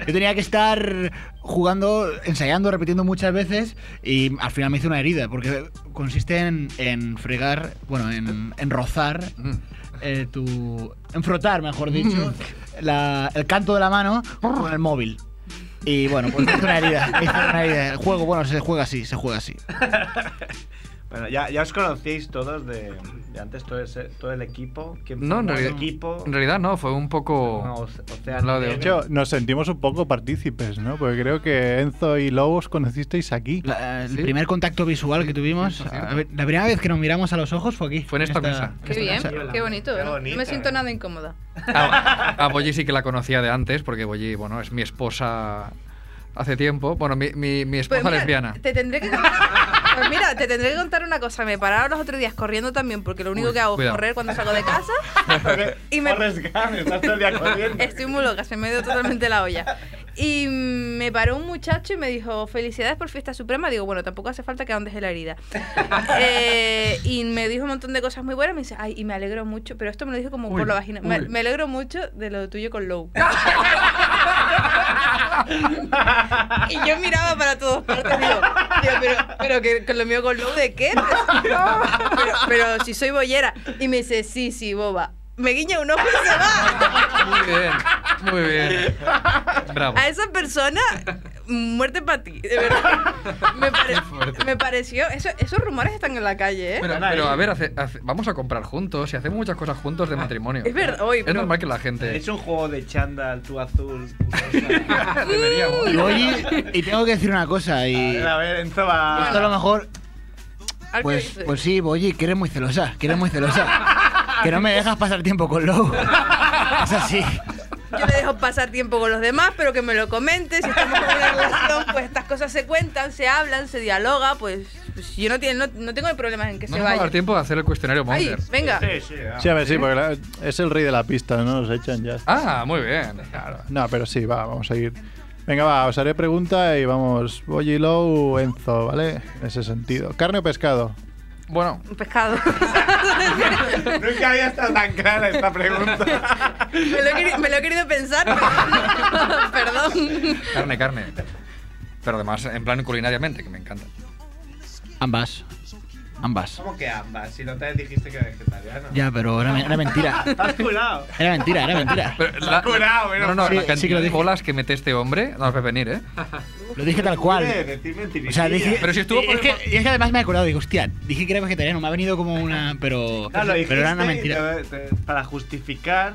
yo tenía que estar jugando, ensayando, repitiendo muchas veces y al final me hice una herida, porque consiste en, en fregar, bueno, en, en rozar, eh, tu, en frotar, mejor dicho, la- el canto de la mano con el móvil. Y bueno, pues me hice una herida, me hice una herida. El juego, bueno, se juega así, se juega así. Bueno, ya, ya os conocíais todos de, de antes, todo, ese- todo el equipo. ¿Quién No, en formó el realidad, equipo? en realidad no, fue un poco. No, o- Ocean Lo De de- hecho, nos sentimos un poco partícipes, ¿no? Porque creo que Enzo y Lobos conocisteis aquí. El primer contacto visual que tuvimos, a ver, la primera vez que nos miramos a los ojos fue aquí. Fue en esta mesa. Qué bien, qué bonito, ¿no? No me siento nada incómoda. A Boyi sí que la conocía de antes, porque Boyi, bueno, es mi esposa hace tiempo. Bueno, mi, mi, mi esposa Pues mira, lesbiana. Te tendré que Pues mira, te tendré que contar una cosa. Me pararon los otros días corriendo también, porque lo único Uy, que hago cuidado. es correr cuando salgo de casa. y me... Estoy muy loca, se me dio totalmente la olla. Y mm, me paró un muchacho y me dijo, felicidades por Fiesta Suprema. Digo, bueno, tampoco hace falta que andes de la herida. Eh, y me dijo un montón de cosas muy buenas. Me dice, ay, y me alegro mucho. Pero esto me lo dijo como Uy, por la vagina. Me, uy. me alegro mucho de lo tuyo con Low. y yo miraba para todos partes. Digo, digo, pero, pero que, con lo mío con Low, ¿de qué? Pero, pero si soy bollera. Y me dice, sí, sí, boba. Me guiña un ojo y se va. Muy bien, muy bien. Bravo. A esa persona, muerte para ti, de verdad. Me, pare- me pareció. eso- esos rumores están en la calle, ¿eh? Pero, pero, a ver, hace- hace- vamos a comprar juntos y hacemos muchas cosas juntos de matrimonio. Ah, Es verdad, oye, Es pero- normal que la gente. Es un juego de chándal, tú azul. Y, voy- y tengo que decir una cosa. Y A ver, Enzo va. esto a lo mejor Al que Pues, dice, pues sí, Boyi, que eres muy celosa, que eres muy celosa. que no me dejas pasar tiempo con Lou. Es así. Yo le dejo pasar tiempo con los demás, pero que me lo comentes. Si estamos con una relación, pues estas cosas se cuentan, se hablan, se dialoga. Pues, pues yo no, tiene, no, no tengo problemas en que No se nos va a vaya. dar tiempo de hacer el cuestionario Ay, Monger. venga. Sí, a ver, sí, porque la- es el rey de la pista, ¿no? Nos echan ya. Ah, muy bien. Claro. No, pero sí, va, vamos a ir. Venga, va, os haré pregunta y vamos. Boy y Low, Enzo, ¿vale? En ese sentido. ¿Carne o pescado? Bueno. Un pescado. Nunca había estado tan clara esta pregunta. me, lo he, queri- me lo he querido pensar, pero- perdón. Carne, carne. Pero además, en plan culinariamente, que me encanta. Ambas. Ambas. ¿Cómo que ambas? Si no te dijiste que era vegetariano. Ya, pero era, era mentira. Estás curado. Era mentira, era mentira. Pero Está curado, menos no, no, mal. la Sí, cantidad sí que lo de dije. bolas que mete este hombre, no nos va a venir, ¿eh? Lo dije tal cual. O sea, dije. eh, Pero si estuvo por es, que, y es que además me he acordado, digo, hostia, dije que era vegetariano, me ha venido como una. Pero. No, lo dijiste pero era una y mentira. te- te- para justificar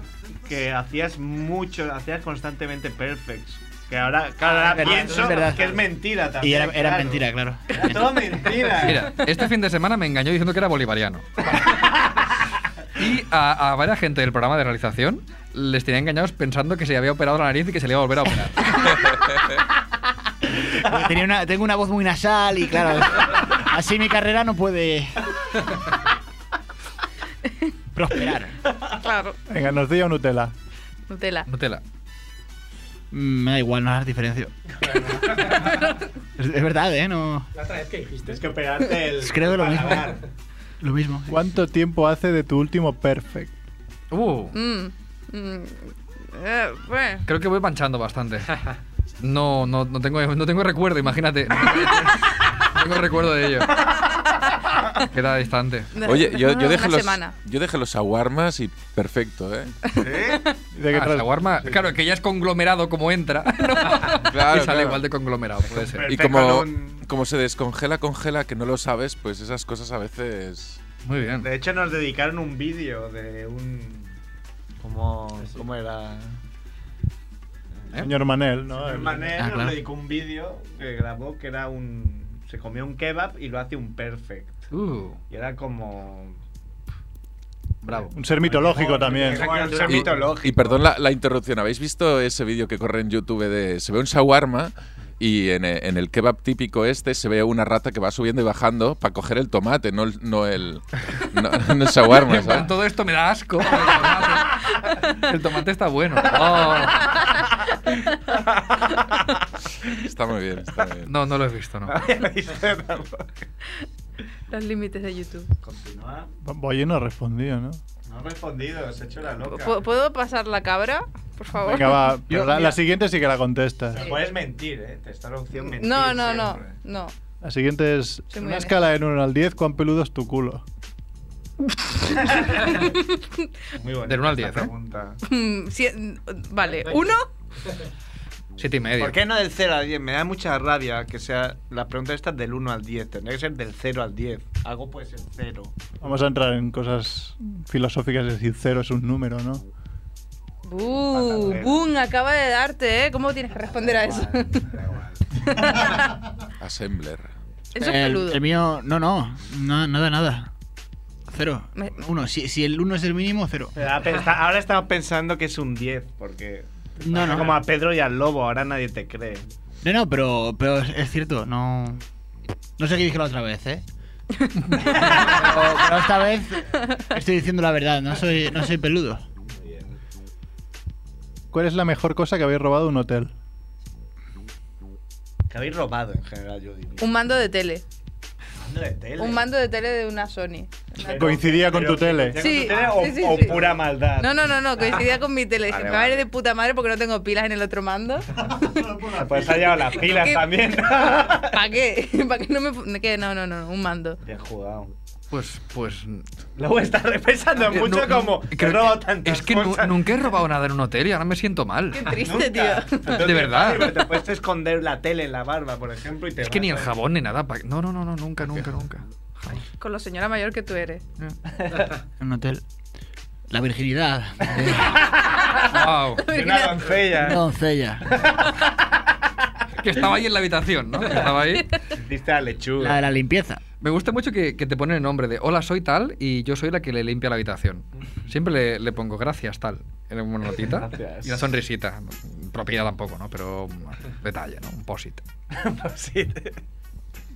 que hacías mucho, hacías constantemente perfects. Que ahora, claro, ahora Ah, es verdad, pienso es verdad. que es mentira Y también. era, era claro. mentira, claro. Era todo mentira. Mira, este fin de semana me engañó diciendo que era bolivariano. Y a, a varias gente del programa de realización les tenía engañados pensando que se había operado la nariz y que se le iba a volver a operar. Porque tenía una- tengo una voz muy nasal y claro, así mi carrera no puede prosperar. Claro, Venga, nos doy un Nutella. Nutella. Nutella. Mm, Me da igual, no las diferencio. es, es verdad, ¿eh? No, La otra vez que dijiste. Es que operarte el. creo que lo mismo. Lo mismo. ¿Cuánto tiempo hace de tu último perfect? Uh, Mm, mm, eh, bueno. creo que voy panchando bastante. No, no, no tengo, no tengo recuerdo, imagínate. No tengo recuerdo de ello. Queda distante. Oye, yo, yo, dejé Una los, semana. yo dejé los aguarmas y perfecto, ¿eh? que Ah, tras- shawarma. Claro, que ya es conglomerado como entra. ¿no? Claro, y sale claro. igual de conglomerado, puede ser. Y como, como se descongela, congela, que no lo sabes, pues esas cosas a veces... Muy bien. De hecho, nos dedicaron un vídeo de un. ¿Cómo, cómo era? Señor Manel, ¿no? El El- Manel ¿eh? Ah, nos claro. dedicó un vídeo que grabó que era un. Se comió un kebab y lo hace un perfect. Uh, Y era como. bravo. Un ser mitológico también. Bueno, Y- Y, perdón la, la interrupción, ¿habéis visto ese vídeo que corre en YouTube de se ve un shawarma y en, e- en el kebab típico este se ve una rata que va subiendo y bajando para coger el tomate, no el, no el, no- no el shawarma, ¿sabes? Todo esto me da asco. El tomate, El tomate está bueno. Oh, Está muy bien, está muy bien. no, no lo he visto, no. Los límites de YouTube. Continúa. Boye no respondió, ¿no? No ha respondido, se ha hecho la loca. ¿Pu- ¿Puedo pasar la cabra? Por favor. Venga, va. pero Yo, la, mira. la siguiente sí que la contestas. Te puedes mentir, ¿eh? Te está la opción mentir. No, no, no. siempre. No. La siguiente es Soy muy una honesta. escala del 1 al 10, ¿cuán peludo es tu culo? Muy bonita Del uno al esta diez, ¿eh? pregunta. Mm, si- vale, uno. Siete y medio. ¿Por qué no del 0 al 10? Me da mucha rabia que sea la pregunta esta del 1 al 10. Tendría que ser del 0 al 10. Algo puede ser 0. Vamos a entrar en cosas filosóficas, es decir, cero es un número, ¿no? Uh, boom, acaba de darte, ¿eh? ¿Cómo tienes que responder a eso? Assembler. Eso es Eh, el, peludo. el mío, no, no, no, nada, nada. Cero. Me- Uno, si, si el uno es el mínimo, cero. Ahora estamos pensando que es un 10, porque. No, no. Como a Pedro y al lobo, ahora nadie te cree. No, no, pero, pero es- es cierto, no. No sé qué dije la otra vez, ¿eh? pero, pero esta vez estoy diciendo la verdad, no soy, no soy peludo. ¿Cuál es la mejor cosa que habéis robado de un hotel? Que habéis robado en general, yo diría. Un mando de tele. mando de tele. Un mando de tele de una Sony. Pero- Coincidía con pero- tu tele. ¿coincidía con Sí, tu tele o, sí, sí, o sí. pura maldad? No, no, no, no, coincidía con mi tele. Dije, Ah. Vale, me va a ir vale. de puta madre porque no tengo pilas en el otro mando. Pues ha llevado las pilas ¿Qué? también. ¿Para qué? ¿Para qué no me.? ¿Qué? No, no, no, no, un mando. Bien jugado. Pues, pues. Luego estás repensando eh, mucho no- como. creo He que- robado tantas Es que nu- cosas. nunca he robado nada en un hotel y ahora me siento mal. Qué triste, Nunca. tío. Entonces, De verdad. vale, Te puedes esconder la tele en la barba, por ejemplo, y te Es que vas ni el ahí. jabón ni nada. pa- No, no, no, no, nunca, nunca, nunca. Con lo señora mayor que tú eres. En un hotel. La virginidad. Wow. De una doncella. Una doncella. Que estaba ahí en la habitación, ¿no? Que Estaba ahí. Diste a lechuga. La de la limpieza. Me gusta mucho que, que te ponen el nombre de Hola, soy tal y yo soy la que le limpia la habitación. Siempre le, le pongo gracias, tal. En una notita Gracias. y una sonrisita. Propiedad tampoco, ¿no? Pero un detalle, ¿no? Un posit. Sí.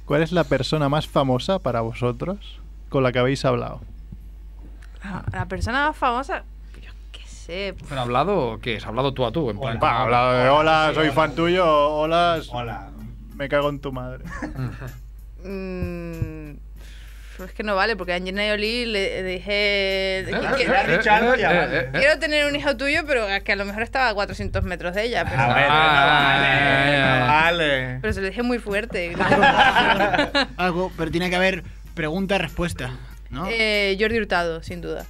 ¿Cuál es la persona más famosa para vosotros con la que habéis hablado? Ah, La persona más famosa. Yo qué sé. ¿Pero hablado o qué es? ¿Hablado tú a tú? En plan, "Ah, Pa, hablado de hola, soy fan tuyo, o hola, s- Hola. me cago en tu madre. Mm, es que no vale, porque a Angelina Jolie le le dije. ¿eh? que- eh, que- eh, dicho algo, ya vale. Quiero tener un hijo tuyo, pero que a lo mejor estaba a 400 metros de ella. Pero, Ah. A ver, Ah, no vale. pero se lo dije muy fuerte. Algo, pero tiene que haber pregunta-respuesta, ¿no? Eh, Jordi Hurtado, sin duda.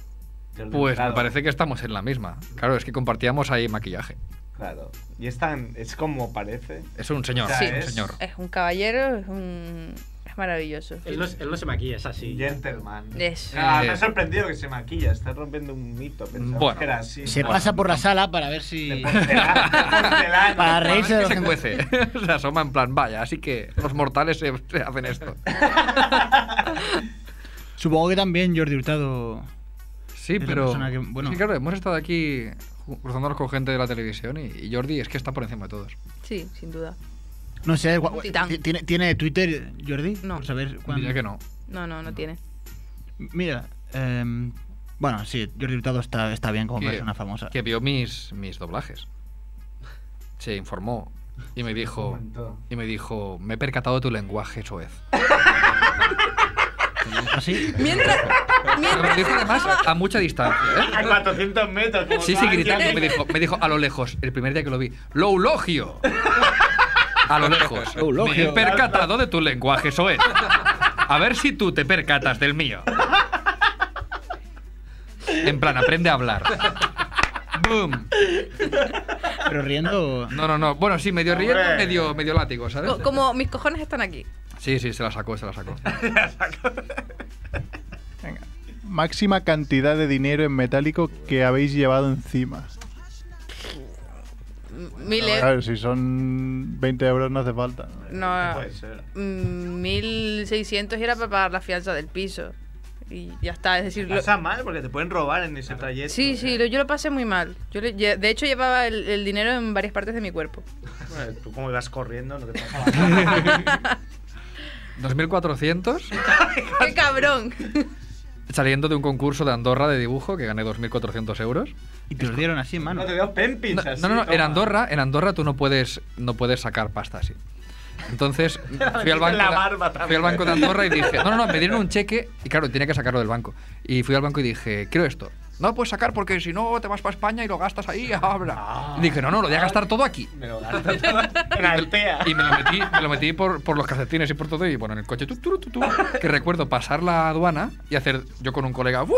no vale. Pues me Claro, parece que estamos en la misma. Claro, es que compartíamos ahí maquillaje. Claro. Y es tan. Es como parece. Es un señor, Sí. un señor. Es un caballero, es un. Es maravilloso. Él no, él no se maquilla, es así. Gentleman. Es. Ah, me Eh. ha sorprendido que se maquilla. Está rompiendo un mito. Pensaba Bueno. que era así. Se Bueno. pasa por la sala para ver si. Porcelana, porcelana. Para Es reírse de que los se cuece, se asoma en plan, vaya, así que los mortales se, se hacen esto. Supongo que también Jordi Hurtado. Sí, Es la pero... persona que- bueno. Sí, claro, hemos estado aquí ju- cruzándonos con gente de la televisión y, y Jordi es que está por encima de todos. Sí, sin duda. No sé, gua- Un titán. ti- ¿tiene, ¿tiene Twitter, Jordi? No. saber cuándo. Diría que no. No, no, no tiene. Mira, em, bueno, sí, Jordi Hurtado está, está bien como persona oh, famosa. Que vio mis, mis doblajes. Se informó y me dijo y me dijo, "Me he percatado de tu lenguaje soez." ¿Así? Mientras me lo dijo además a mucha distancia, ¿eh? A 400 metros. como Sí, sí, Sánchez. gritando. Me dijo, me dijo a lo lejos, el primer día que lo vi, ¡Loulogio! A lo lejos. Me he Loulogio. percatado de tu lenguaje, eso es. A ver si tú te percatas del mío. En plan, aprende a hablar. ¡Boom! ¿Pero riendo? No, no, no. Bueno, sí, medio riendo, Hombre. medio, medio látigo, ¿sabes? co- como mis cojones están aquí. Sí, sí, se la sacó, se la sacó. Máxima cantidad de dinero en metálico que habéis llevado encima. M- Mil A ver, si son 20 euros no hace falta. No, mm, 1600 y era para pagar la fianza del piso. Y ya está, es decir... lo- Pasa mal porque te pueden robar en ese trayecto. Sí, sí, lo- yo lo pasé muy mal. Yo le- lle- de hecho, llevaba el, el dinero en varias partes de mi cuerpo. Bueno, Tú como ibas corriendo, no te pasa 2400 ¡Qué cabrón! saliendo de un concurso de Andorra de dibujo que gané 2400 euros. Y te los dieron así, mano. te veo pempis No, no, no, en Andorra, en Andorra tú no puedes, no puedes sacar pasta así. Entonces fui al, La banco barba de, también. fui al banco de Andorra y dije, no, no, no, me dieron un cheque y claro, tenía que sacarlo del banco. Y fui al banco y dije, quiero esto. No lo puedes sacar porque si no te vas para España y lo gastas ahí, habla. Ah. Y dije, no, no, lo voy a gastar todo aquí. Me lo gasto todo en Altea. Y me lo metí, me lo metí por, por los calcetines y por todo y bueno, en el coche, tu, tu, tu, tu, que recuerdo pasar la aduana y hacer yo con un colega, ¡buah!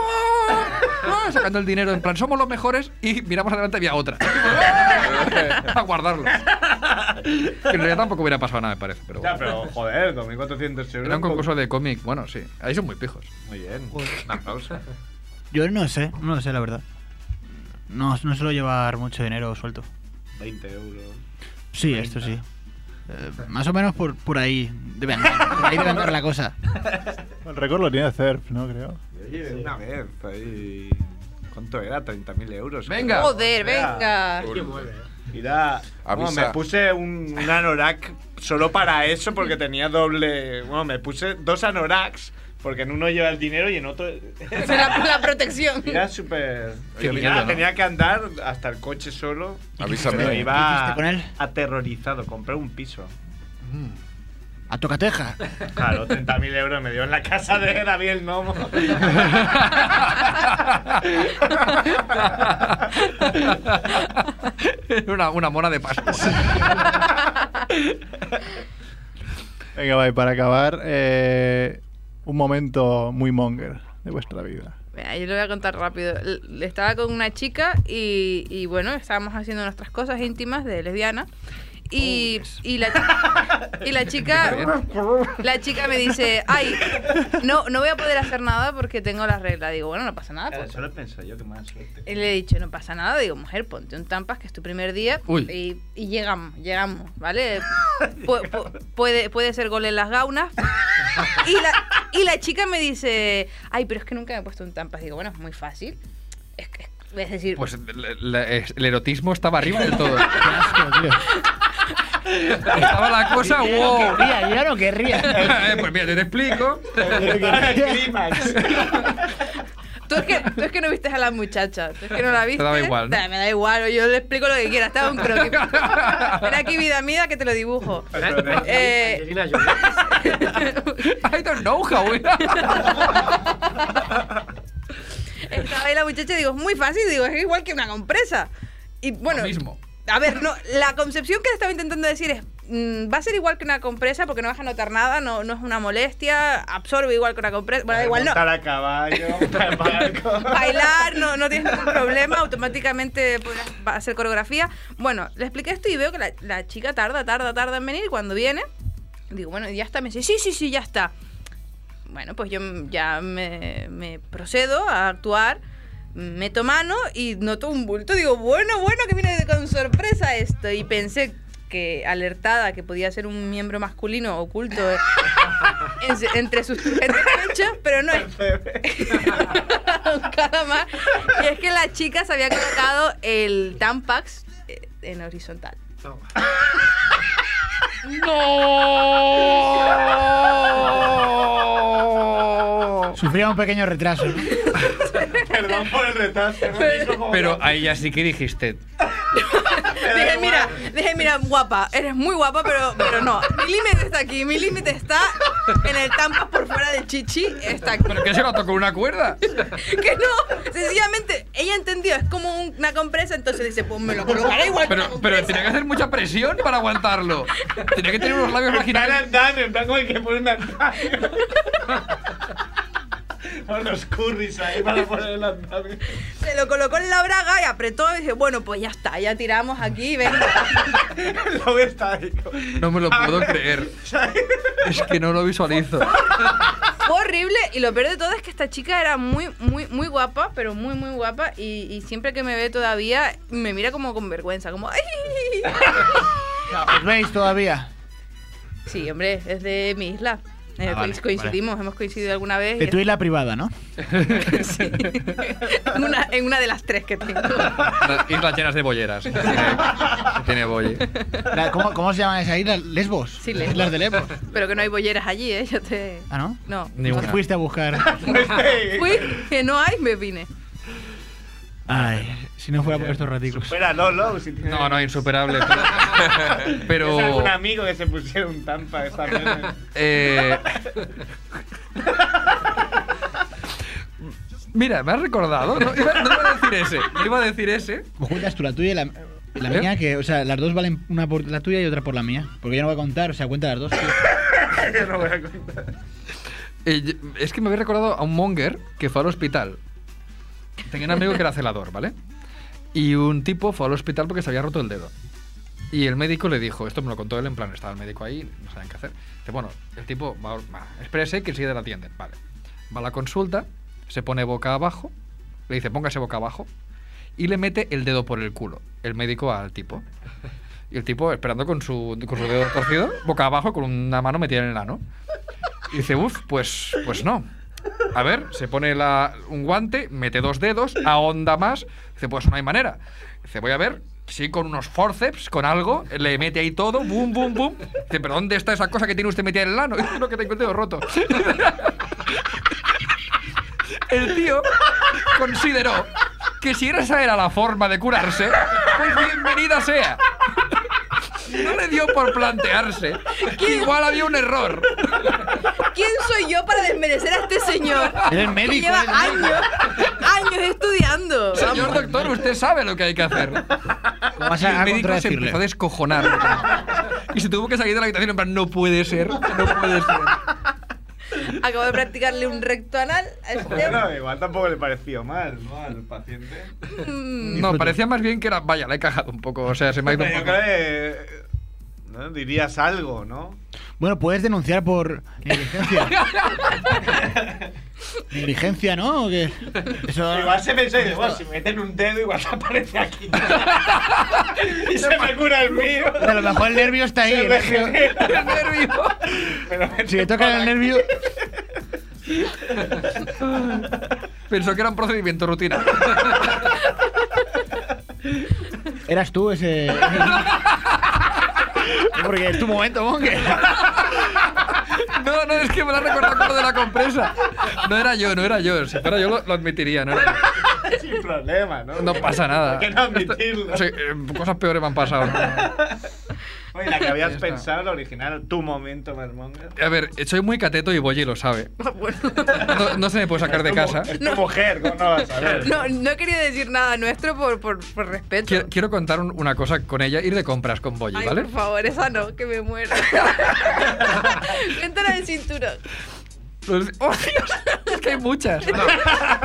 ¡buah! sacando el dinero, en plan, somos los mejores y miramos adelante y había otra. a guardarlo. Que en realidad tampoco hubiera pasado nada, me parece, pero Ya, bueno. pero joder, 2400 euros. Era un concurso de cómic, bueno, sí. Ahí son muy pijos. Muy bien. Un aplauso. Yo no sé, no lo sé, la verdad. No, no suelo llevar mucho dinero suelto. 20 euros. Sí, esto sí. Eh, más o menos por, por ahí debe andar, por ahí debe andar la cosa. El récord lo tiene CERF, ¿no? Creo. Oye, una vez ahí. ¿Cuánto era? 30.000 euros. Venga. Joder, venga. Hay que mover. Mira, bueno, Avisa. me puse un, un anorak solo para eso porque tenía doble. Bueno, me puse dos anoraks porque en uno lleva el dinero y en otro. Esa era la, protección. Era súper. Qué Oye, miedo, mira, ¿no? Tenía que andar hasta el coche solo. Avísame. Pero ¿Qué iba hiciste con él? aterrorizado. Compré un piso. A tocateja. Claro, 30.000 euros me dio en la casa de David el Nomo. una, una mona de paso. Venga, va, y para acabar, eh, un momento muy monger de vuestra vida. Mira, yo lo voy a contar rápido. L- Estaba con una chica y, y, bueno, estábamos haciendo nuestras cosas íntimas de lesbiana. Y, y la, chi- y la chica la chica me dice, ay, no, no voy a poder hacer nada porque tengo la regla. Digo, bueno, no pasa nada. pues. Solo pensé yo que más suerte. Y le he dicho, no pasa nada. Digo, mujer, ponte un tampas que es tu primer día. Uy. Y, y llegamos, llegamos, ¿vale? Pu- pu- puede, puede ser gol en las gaunas. Y la, y la chica me dice, ay, pero es que nunca me he puesto un tampas. Digo, bueno, es muy fácil. Es, que- es decir, Pues le- le- es- el erotismo estaba arriba del todo. Estaba la cosa, Yo no wow. querría, yo no querría. Eh, pues mira, te, te explico. Clímax. tú es, que, tú es que no viste a la muchacha, tú es que no la viste. daba igual, ¿no? Da, Me da igual, yo le explico lo que quiera, estaba un croquis. Ven aquí, vida mía, que te lo dibujo. Eh, Angelina Jolie. I don't know how. Estaba ahí la muchacha y digo, es muy fácil, digo, es igual que una compresa. Y bueno, Lo mismo. a ver, no, la concepción que le estaba intentando decir es, mm, va a ser igual que una compresa porque no vas a notar nada, no, no es una molestia, absorbe igual que una compresa, bueno, da igual no. Montar a caballo, montar en barco. Bailar, no, no tienes ningún problema, automáticamente podrás va- hacer coreografía. Bueno, le expliqué esto y veo que la, la chica tarda, tarda, tarda en venir y cuando viene, digo, bueno, ya está, me dice, sí, sí, sí, ya está. Bueno, pues yo m- ya me, me procedo a actuar, meto mano y noto un bulto. Digo, bueno, bueno, que viene de- con sorpresa esto. Y pensé que alertada que podía ser un miembro masculino oculto eh, en- entre sus pechos, pero no es un calamar. Y es que la chica se había colocado el Tampax eh, en horizontal. Oh. ¡No! Sufría un pequeño retraso. ¿no? Perdón por el retraso. Pero ahí ya sí que dijiste. Dije, mira, dije, mira, guapa, eres muy guapa, pero, pero no. Mi límite está aquí, mi límite está en el tampas por fuera del chichi, está aquí. ¿Pero qué se lo tocó una cuerda? Que no, sencillamente, ella entendió, es como un- una compresa, entonces dice, pues me lo colocaré igual. que una Pero, pero tenía que hacer mucha presión para aguantarlo. Tenía que tener unos labios marginales. en plan como el que pone un antaño. Con los curris ahí para poner el antaño. Se lo colocó en la braga y apretó y dije, bueno, pues ya está, ya tiramos aquí, venga. Lo que está ahí. No me lo puedo creer. Es que no lo visualizo. Fue horrible y lo peor de todo es que esta chica era muy, muy, muy guapa, pero muy, muy guapa y, y siempre que me ve todavía me mira como con vergüenza, como, ¡ay! ¿Os veis todavía? Sí, hombre, es de mi isla. Eh, Ah, vale, coincidimos, hemos coincidido alguna vez. y De tu es- isla privada, ¿no? en, una, en una de las tres que tengo. Una- Islas llenas de bolleras. Que tiene- que tiene bolle. La- ¿Cómo, cómo se llaman esa isla? ¿Lesbos? Sí, Lesbos. Islas de Lesbos. Pero que no hay bolleras allí, ¿eh? Yo te... ¿Ah, no? No. Os fuiste a buscar. Fui, que no hay, me vine. Ay, si no fuera por estos raticos. Espera, Lolo, si tienes. No, no, insuperable. ¿Tienes Pero. algún amigo que se pusiera un tampa esta vez? eh, Mira, me has recordado. No iba, no iba a decir ese. No iba a decir ese. Pues cuentas tú la tuya y la, y la ¿Eh? mía, que, o sea, las dos valen una por la tuya y otra por la mía. Porque yo no voy a contar, o sea, cuenta las dos. tío. Yo no voy a contar. Eh, y- es que me había recordado a un monger que fue al hospital. Tenía un amigo que era celador, ¿vale? Y un tipo fue al hospital porque se había roto el dedo. Y el médico le dijo, esto me lo contó él en plan, estaba el médico ahí, no sabían qué hacer. Dice, bueno, el tipo, va, va, espérese que enseguida la atienden. Vale. Va a la consulta, se pone boca abajo, le dice, póngase boca abajo, y le mete el dedo por el culo, el médico al tipo. Y el tipo, esperando con su, con su dedo torcido, boca abajo, con una mano metida en el ano. Y dice, uff, pues, pues no. A ver, se pone la- un guante, mete dos dedos, ahonda más. Dice, pues no hay manera. Dice, voy a ver, sí, con unos forceps, con algo, le mete ahí todo, boom, boom, boom. Dice, pero ¿dónde está esa cosa que tiene usted metida en el ano? Dice, lo que tengo el dedo roto. El tío consideró que si esa era la forma de curarse, pues bienvenida sea. No le dio por plantearse. que Igual había un error. ¿Quién soy yo para desmerecer a este señor? Eres Que médico, lleva eres médico. años, años estudiando. Señor doctor, usted sabe lo que hay que hacer. vas Y a el médico se contradecirle? empezó a descojonar. Y se tuvo que salir de la habitación en plan, no puede ser, no puede ser. Acabo de practicarle un recto anal a este Bueno, igual tampoco le pareció mal, ¿no? Al paciente. No, parecía más bien que era, vaya, la he cagado un poco, o sea, se me ha ido Pero un yo poco. creo que. ¿no? Dirías algo, ¿no? Bueno, puedes denunciar por negligencia. negligencia, ¿no? ¿O qué? Eso... Igual se pensó y dice, bueno, si me meten un dedo, igual se aparece aquí. y se me cura el mío. A lo mejor el nervio está ahí. Se el nervio- regenera. Si le tocan el nervio, Pensó que era un procedimiento rutina. eras tú ese. Porque es tu momento, Monge. No, no, es que me la recordado con lo de la compresa. No era yo, no era yo. Si fuera yo lo, lo admitiría, no era yo. Sin problema, ¿no? No pasa nada. ¿Por qué no admitirlo? Sí, eh, cosas peores me han pasado. ¿no? Oye, la que Ya habías está. pensado, la original, tu momento, Marmonga. A ver, soy muy cateto y Boye lo sabe. No, no se me puede sacar de casa. Es tu mujer, ¿cómo no vas a ver? No, no quería decir nada nuestro por, por, por respeto. Quiero, quiero contar un- una cosa con ella, ir de compras con Boye, Ay, ¿vale? por favor, esa no, que me muero. Cuéntala del cinturón. Los- ¡Oh, Dios! Es que hay muchas.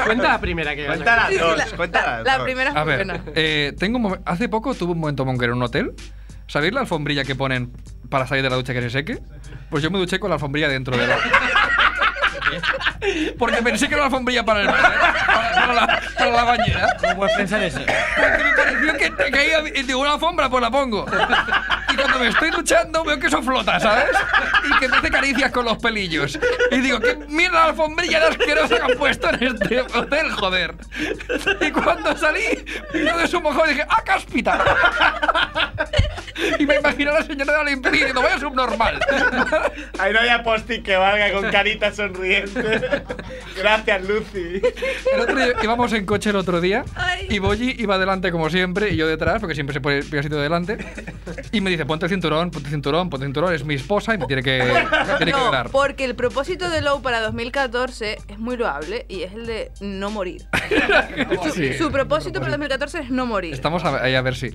Cuenta la primera que Cuenta las Sí, sí, dos, la- cuenta la- las la dos. primera es A muy ver, buena. eh, tengo un momen- hace poco tuve un momento monger en un hotel. ¿Sabéis la alfombrilla que ponen para salir de la ducha que se seque? Pues yo me duché con la alfombrilla dentro de la. Porque pensé que era la alfombrilla para el baño, ¿eh? para, para la, para la bañera. ¿Cómo puedes pensar eso? Porque me pareció que, que ahí había- digo, una alfombra, pues la pongo. Y cuando me estoy duchando veo que eso flota, ¿sabes? Y que me hace caricias con los pelillos. Y digo, ¿qué mierda de alfombrilla de asquerosa que han puesto en este hotel, joder? Y cuando salí, vino de su mojón y dije, ¡ah, cáspita! Y Y me imagino a la señora de la limpieza diciendo, vaya subnormal. Ahí no había post-it que valga con carita sonriente. Gracias, Lucy. El otro día- íbamos en coche el otro día y Boyi iba delante como siempre y yo detrás, porque siempre se pone el sitio delante. Y me dice, ponte el cinturón, ponte el cinturón, ponte el cinturón. Es mi esposa y me tiene que, me Eh, tiene que No, ganar. porque el propósito de Lowe para 2014 es muy loable y es el de no morir. Sí. Su propósito para 2014 es no morir. Estamos a- ahí a ver si.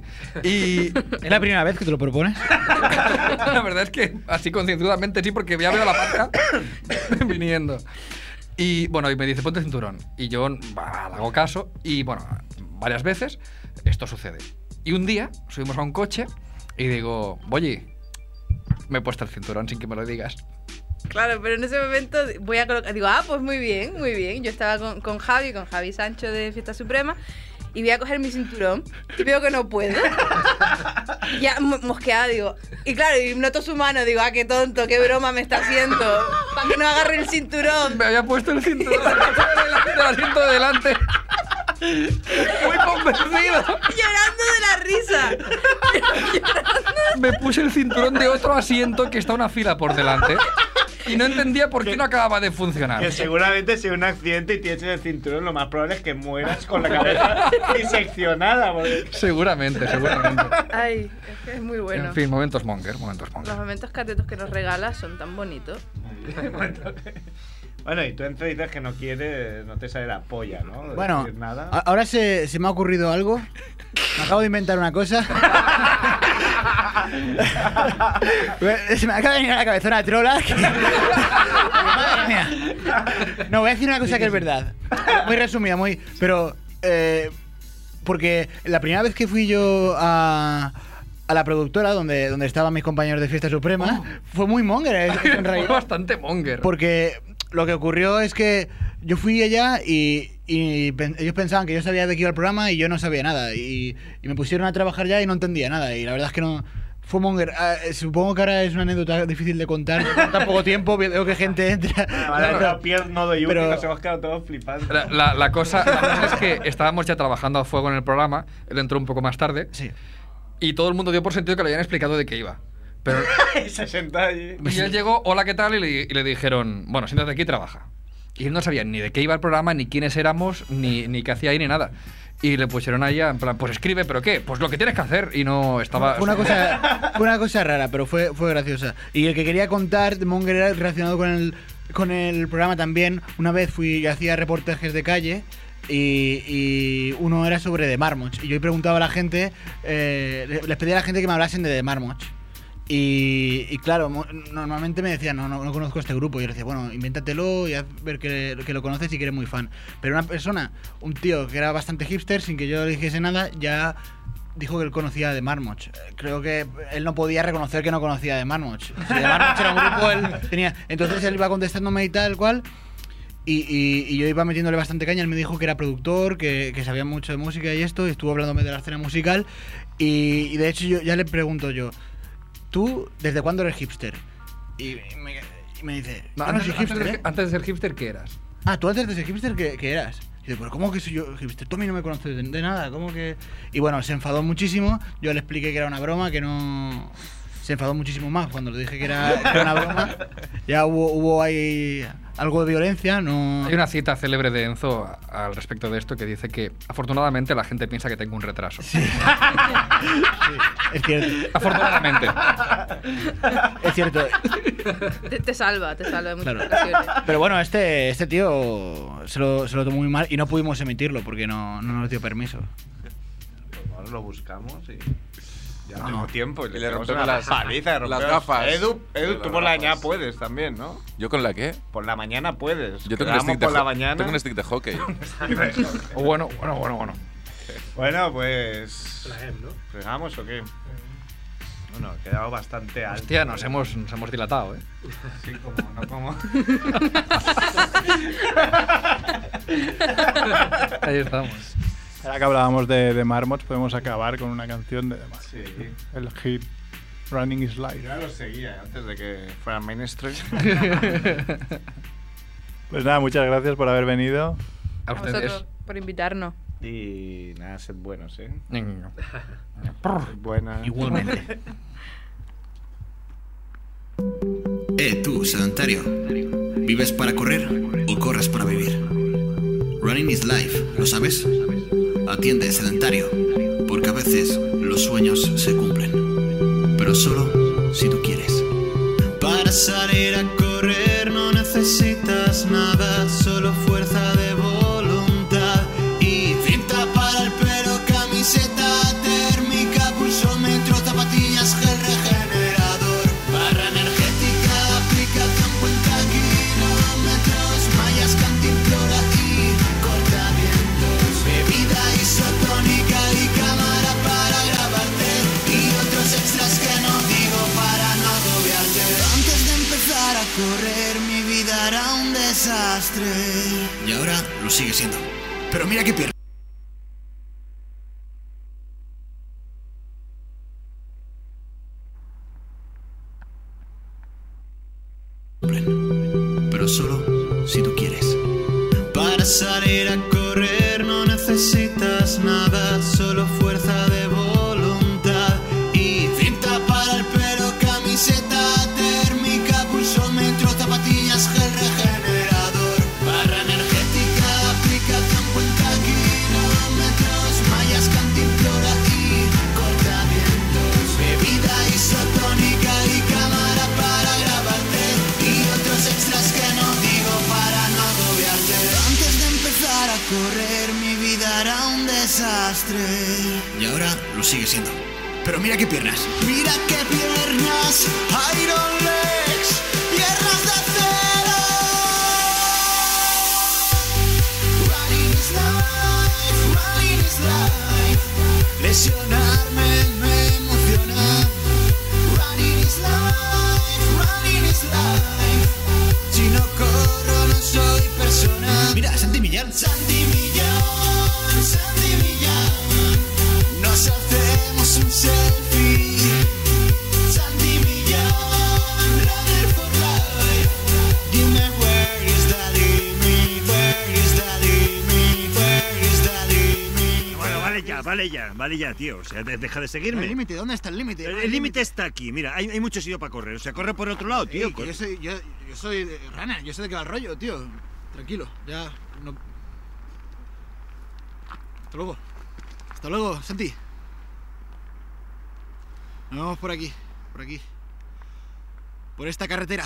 Y... ¿Es la primera vez que te lo propones? la verdad es que así concienzudamente sí, porque ya veo la paca viniendo. Y bueno, y me dice, ponte el cinturón. Y yo bah, le hago caso. Y bueno, varias veces esto sucede. Y un día subimos a un coche y digo, Boyi, me he puesto el cinturón sin que me lo digas. Claro, pero en ese momento voy a colocar, digo, ah, pues muy bien, muy bien. Yo estaba con, con Javi, con Javi Sancho de Fiesta Suprema, y voy a coger mi cinturón y veo que no puedo. ya mo- mosqueada, digo, y claro, y noto su mano, digo, ah, qué tonto, qué broma me está haciendo, para que no agarre el cinturón. Me había puesto el cinturón del asiento de delante. Muy convencido. Llorando de la risa. Me puse el cinturón de otro asiento que está una fila por delante. Y no entendía por qué no acababa de funcionar. Que seguramente si hay un accidente y tienes el cinturón, lo más probable es que mueras con la cabeza diseccionada. porque- Seguramente, seguramente. Ay, es que es muy bueno. En fin, momentos monger, momentos monger. Los momentos catetos que nos regala son tan bonitos. Bueno, y tú entre dices que no quieres, no te sale la polla, ¿no? De Bueno, decir nada. a- ahora se, se me ha ocurrido algo. Me acabo de inventar una cosa. ah, se me acaba de venir a la cabeza una trola. que- Madre mía. No, voy a decir una cosa que es verdad. Muy resumida, muy. Pero. eh, porque la primera vez que fui yo a. a la productora donde, donde estaban mis compañeros de Fiesta Suprema fue muy monger. es- es en Oh. Fue realidad. bastante monger. Porque lo que ocurrió es que yo fui allá y, y pen- ellos pensaban que yo sabía de qué iba el programa y yo no sabía nada. Y, y me pusieron a trabajar ya y no entendía nada. Y la verdad es que no. Fue monger. Ah, eh, supongo que ahora es una anécdota difícil de contar. Con tan poco tiempo veo que gente entra. Ahora entra Pierre, Nodo y Yuki, Pero- nos hemos quedado todos flipando. La, la- la cosa, la cosa es que estábamos ya trabajando a fuego en el programa, él entró un poco más tarde. Y todo el mundo dio por sentido que le habían explicado de qué iba. Pero, Y se senta allí. y él llegó, hola, ¿qué tal? Y le, y le dijeron, bueno, siéntate aquí y trabaja. Y él no sabía ni de qué iba el programa, ni quiénes éramos, ni, ni qué hacía ahí, ni nada. Y le pusieron ahí, en plan, pues escribe, ¿pero qué? Pues lo que tienes que hacer. Y no estaba... Fue una cosa, fue una cosa rara, pero fue, fue graciosa. Y el que quería contar de Monger era relacionado con el, con el programa también. Una vez fui hacía reportajes de calle y, y uno era sobre The Marmots. Y yo preguntaba a la gente, eh, le- les pedía a la gente que me hablasen de The Marmots. Y, y claro, mo- normalmente me decían, no, no, no conozco este grupo. Y yo le decía, bueno, invéntatelo y haz ver que, que lo conoces y que eres muy fan. Pero una persona, un tío que era bastante hipster, sin que yo le dijese nada, ya dijo que él conocía de Marmoch. Eh, Creo que él no podía reconocer que no conocía de Marmoch. Si de Marmoch era un grupo, él tenía. Entonces él iba contestándome y tal cual. Y, y- y yo iba metiéndole bastante caña. Él me dijo que era productor, que, que sabía mucho de música y esto. Y estuvo hablándome de la escena musical. Y, y de hecho, yo ya le pregunto yo, ¿tú desde cuándo eres hipster? Y me, y me dice, No, "Yo no antes, soy antes hipster, de, ¿eh?". antes de ser hipster, ¿qué eras? Ah, tú antes de ser hipster, ¿qué, qué eras? Y yo, pero ¿cómo que soy yo hipster? Tú a mí no me conoces de, de nada, ¿cómo que...? Y bueno, se enfadó muchísimo, yo le expliqué que era una broma, que no... Se enfadó muchísimo más cuando le dije que era, que era una broma. Ya hubo, hubo ahí algo de violencia, no... Hay una cita célebre de Enzo a- al respecto de esto que dice que afortunadamente la gente piensa que tengo un retraso. Es cierto, Afortunadamente. es cierto. Te, te salva, te salva de muchas Claro. ocasiones. Pero bueno, este, este tío se lo, se lo tomó muy mal y no pudimos emitirlo porque no, no nos dio permiso. Ahora lo buscamos y. Ya No. no tengo tiempo. Y le, Y le pegamos rompemos una las- paliza, le las rompemos- gafas. Edu, Le Edu tú las por la gafas. mañana puedes también, ¿no? ¿Yo con la qué? Por la mañana puedes. Yo tengo un, Quedamos stick de por la ho- mañana. tengo un stick de hockey. O bueno, bueno, bueno, bueno. Bueno, pues. ¿Fregamos o qué? Bueno, ha quedado bastante alto. Hostia, nos hemos, nos hemos dilatado, ¿eh? Sí, como, no como. Ahí estamos. Ahora que hablábamos de, de Marmots, podemos acabar con una canción de The Marmots. Sí. El hit Running is Life. Ya lo ¿eh? seguía antes de que fuera mainstream. Pues nada, muchas gracias por haber venido. A vosotros por invitarnos. Y nada, sed buenos, ¿eh? Venga. Sed buenas. Igualmente. Eh, tú, sedentario. ¿Vives para correr o corres para vivir? Running is life, ¿lo sabes? Atiende, sedentario, porque a veces los sueños se cumplen, pero solo si tú quieres. Para salir a correr no necesitas nada, solo fuerza de voluntad y cinta para el pelo, camiseta térmica, pulsómetro, zapatillas, gel regenerador, barra energética, aplicación cuenta kilómetros, mallas, cantimplora y cortavientos, bebida isotónica y cámara para grabarte y otros extras que no digo para no agobiarte. Antes de empezar a correr mi vida era un desastre. Y ahora lo sigue siendo. Pero mira qué pierna. pero solo si tú quieres. Para salir a correr no necesitas nada, solo fuerza de voluntad y cinta para el pelo, camiseta térmica, pulsómetro, zapatillas, gel regenerador, barra energética, aplicación cuenta kilómetros, mallas, cantimplora y cortavientos, bebida isotónica y cámara para grabarte y otros extras que no digo para no agobiarte. Antes de empezar a correr mi vida era un desastre. Y ahora lo sigue siendo. Pero mira qué piernas. Mira qué piernas, Iron Legs, piernas de acero. Running is life, running is life. Lesionarme me emociona. Running is life, running is life. Si no corro no soy persona. Mira, Santi Millán. Santi Millán, Santi Millán. Nos hacemos un selfie. Santi Millán, runner for life. Dime where is the limit, where is the limit, where is the limit. Bueno, vale ya, vale ya, vale ya, tío. O sea, de- deja de seguirme. ¿El límite? ¿Dónde está el límite? El- el límite está aquí. Mira, hay, hay mucho sitio para correr. O sea, corre por otro lado, tío. Ey, que Cor- yo soy, yo, yo soy de- rana, yo sé de qué va el rollo, tío. Tranquilo, ya. No... Hasta luego. Hasta luego, Santi. Nos vemos por aquí, por aquí. Por esta carretera.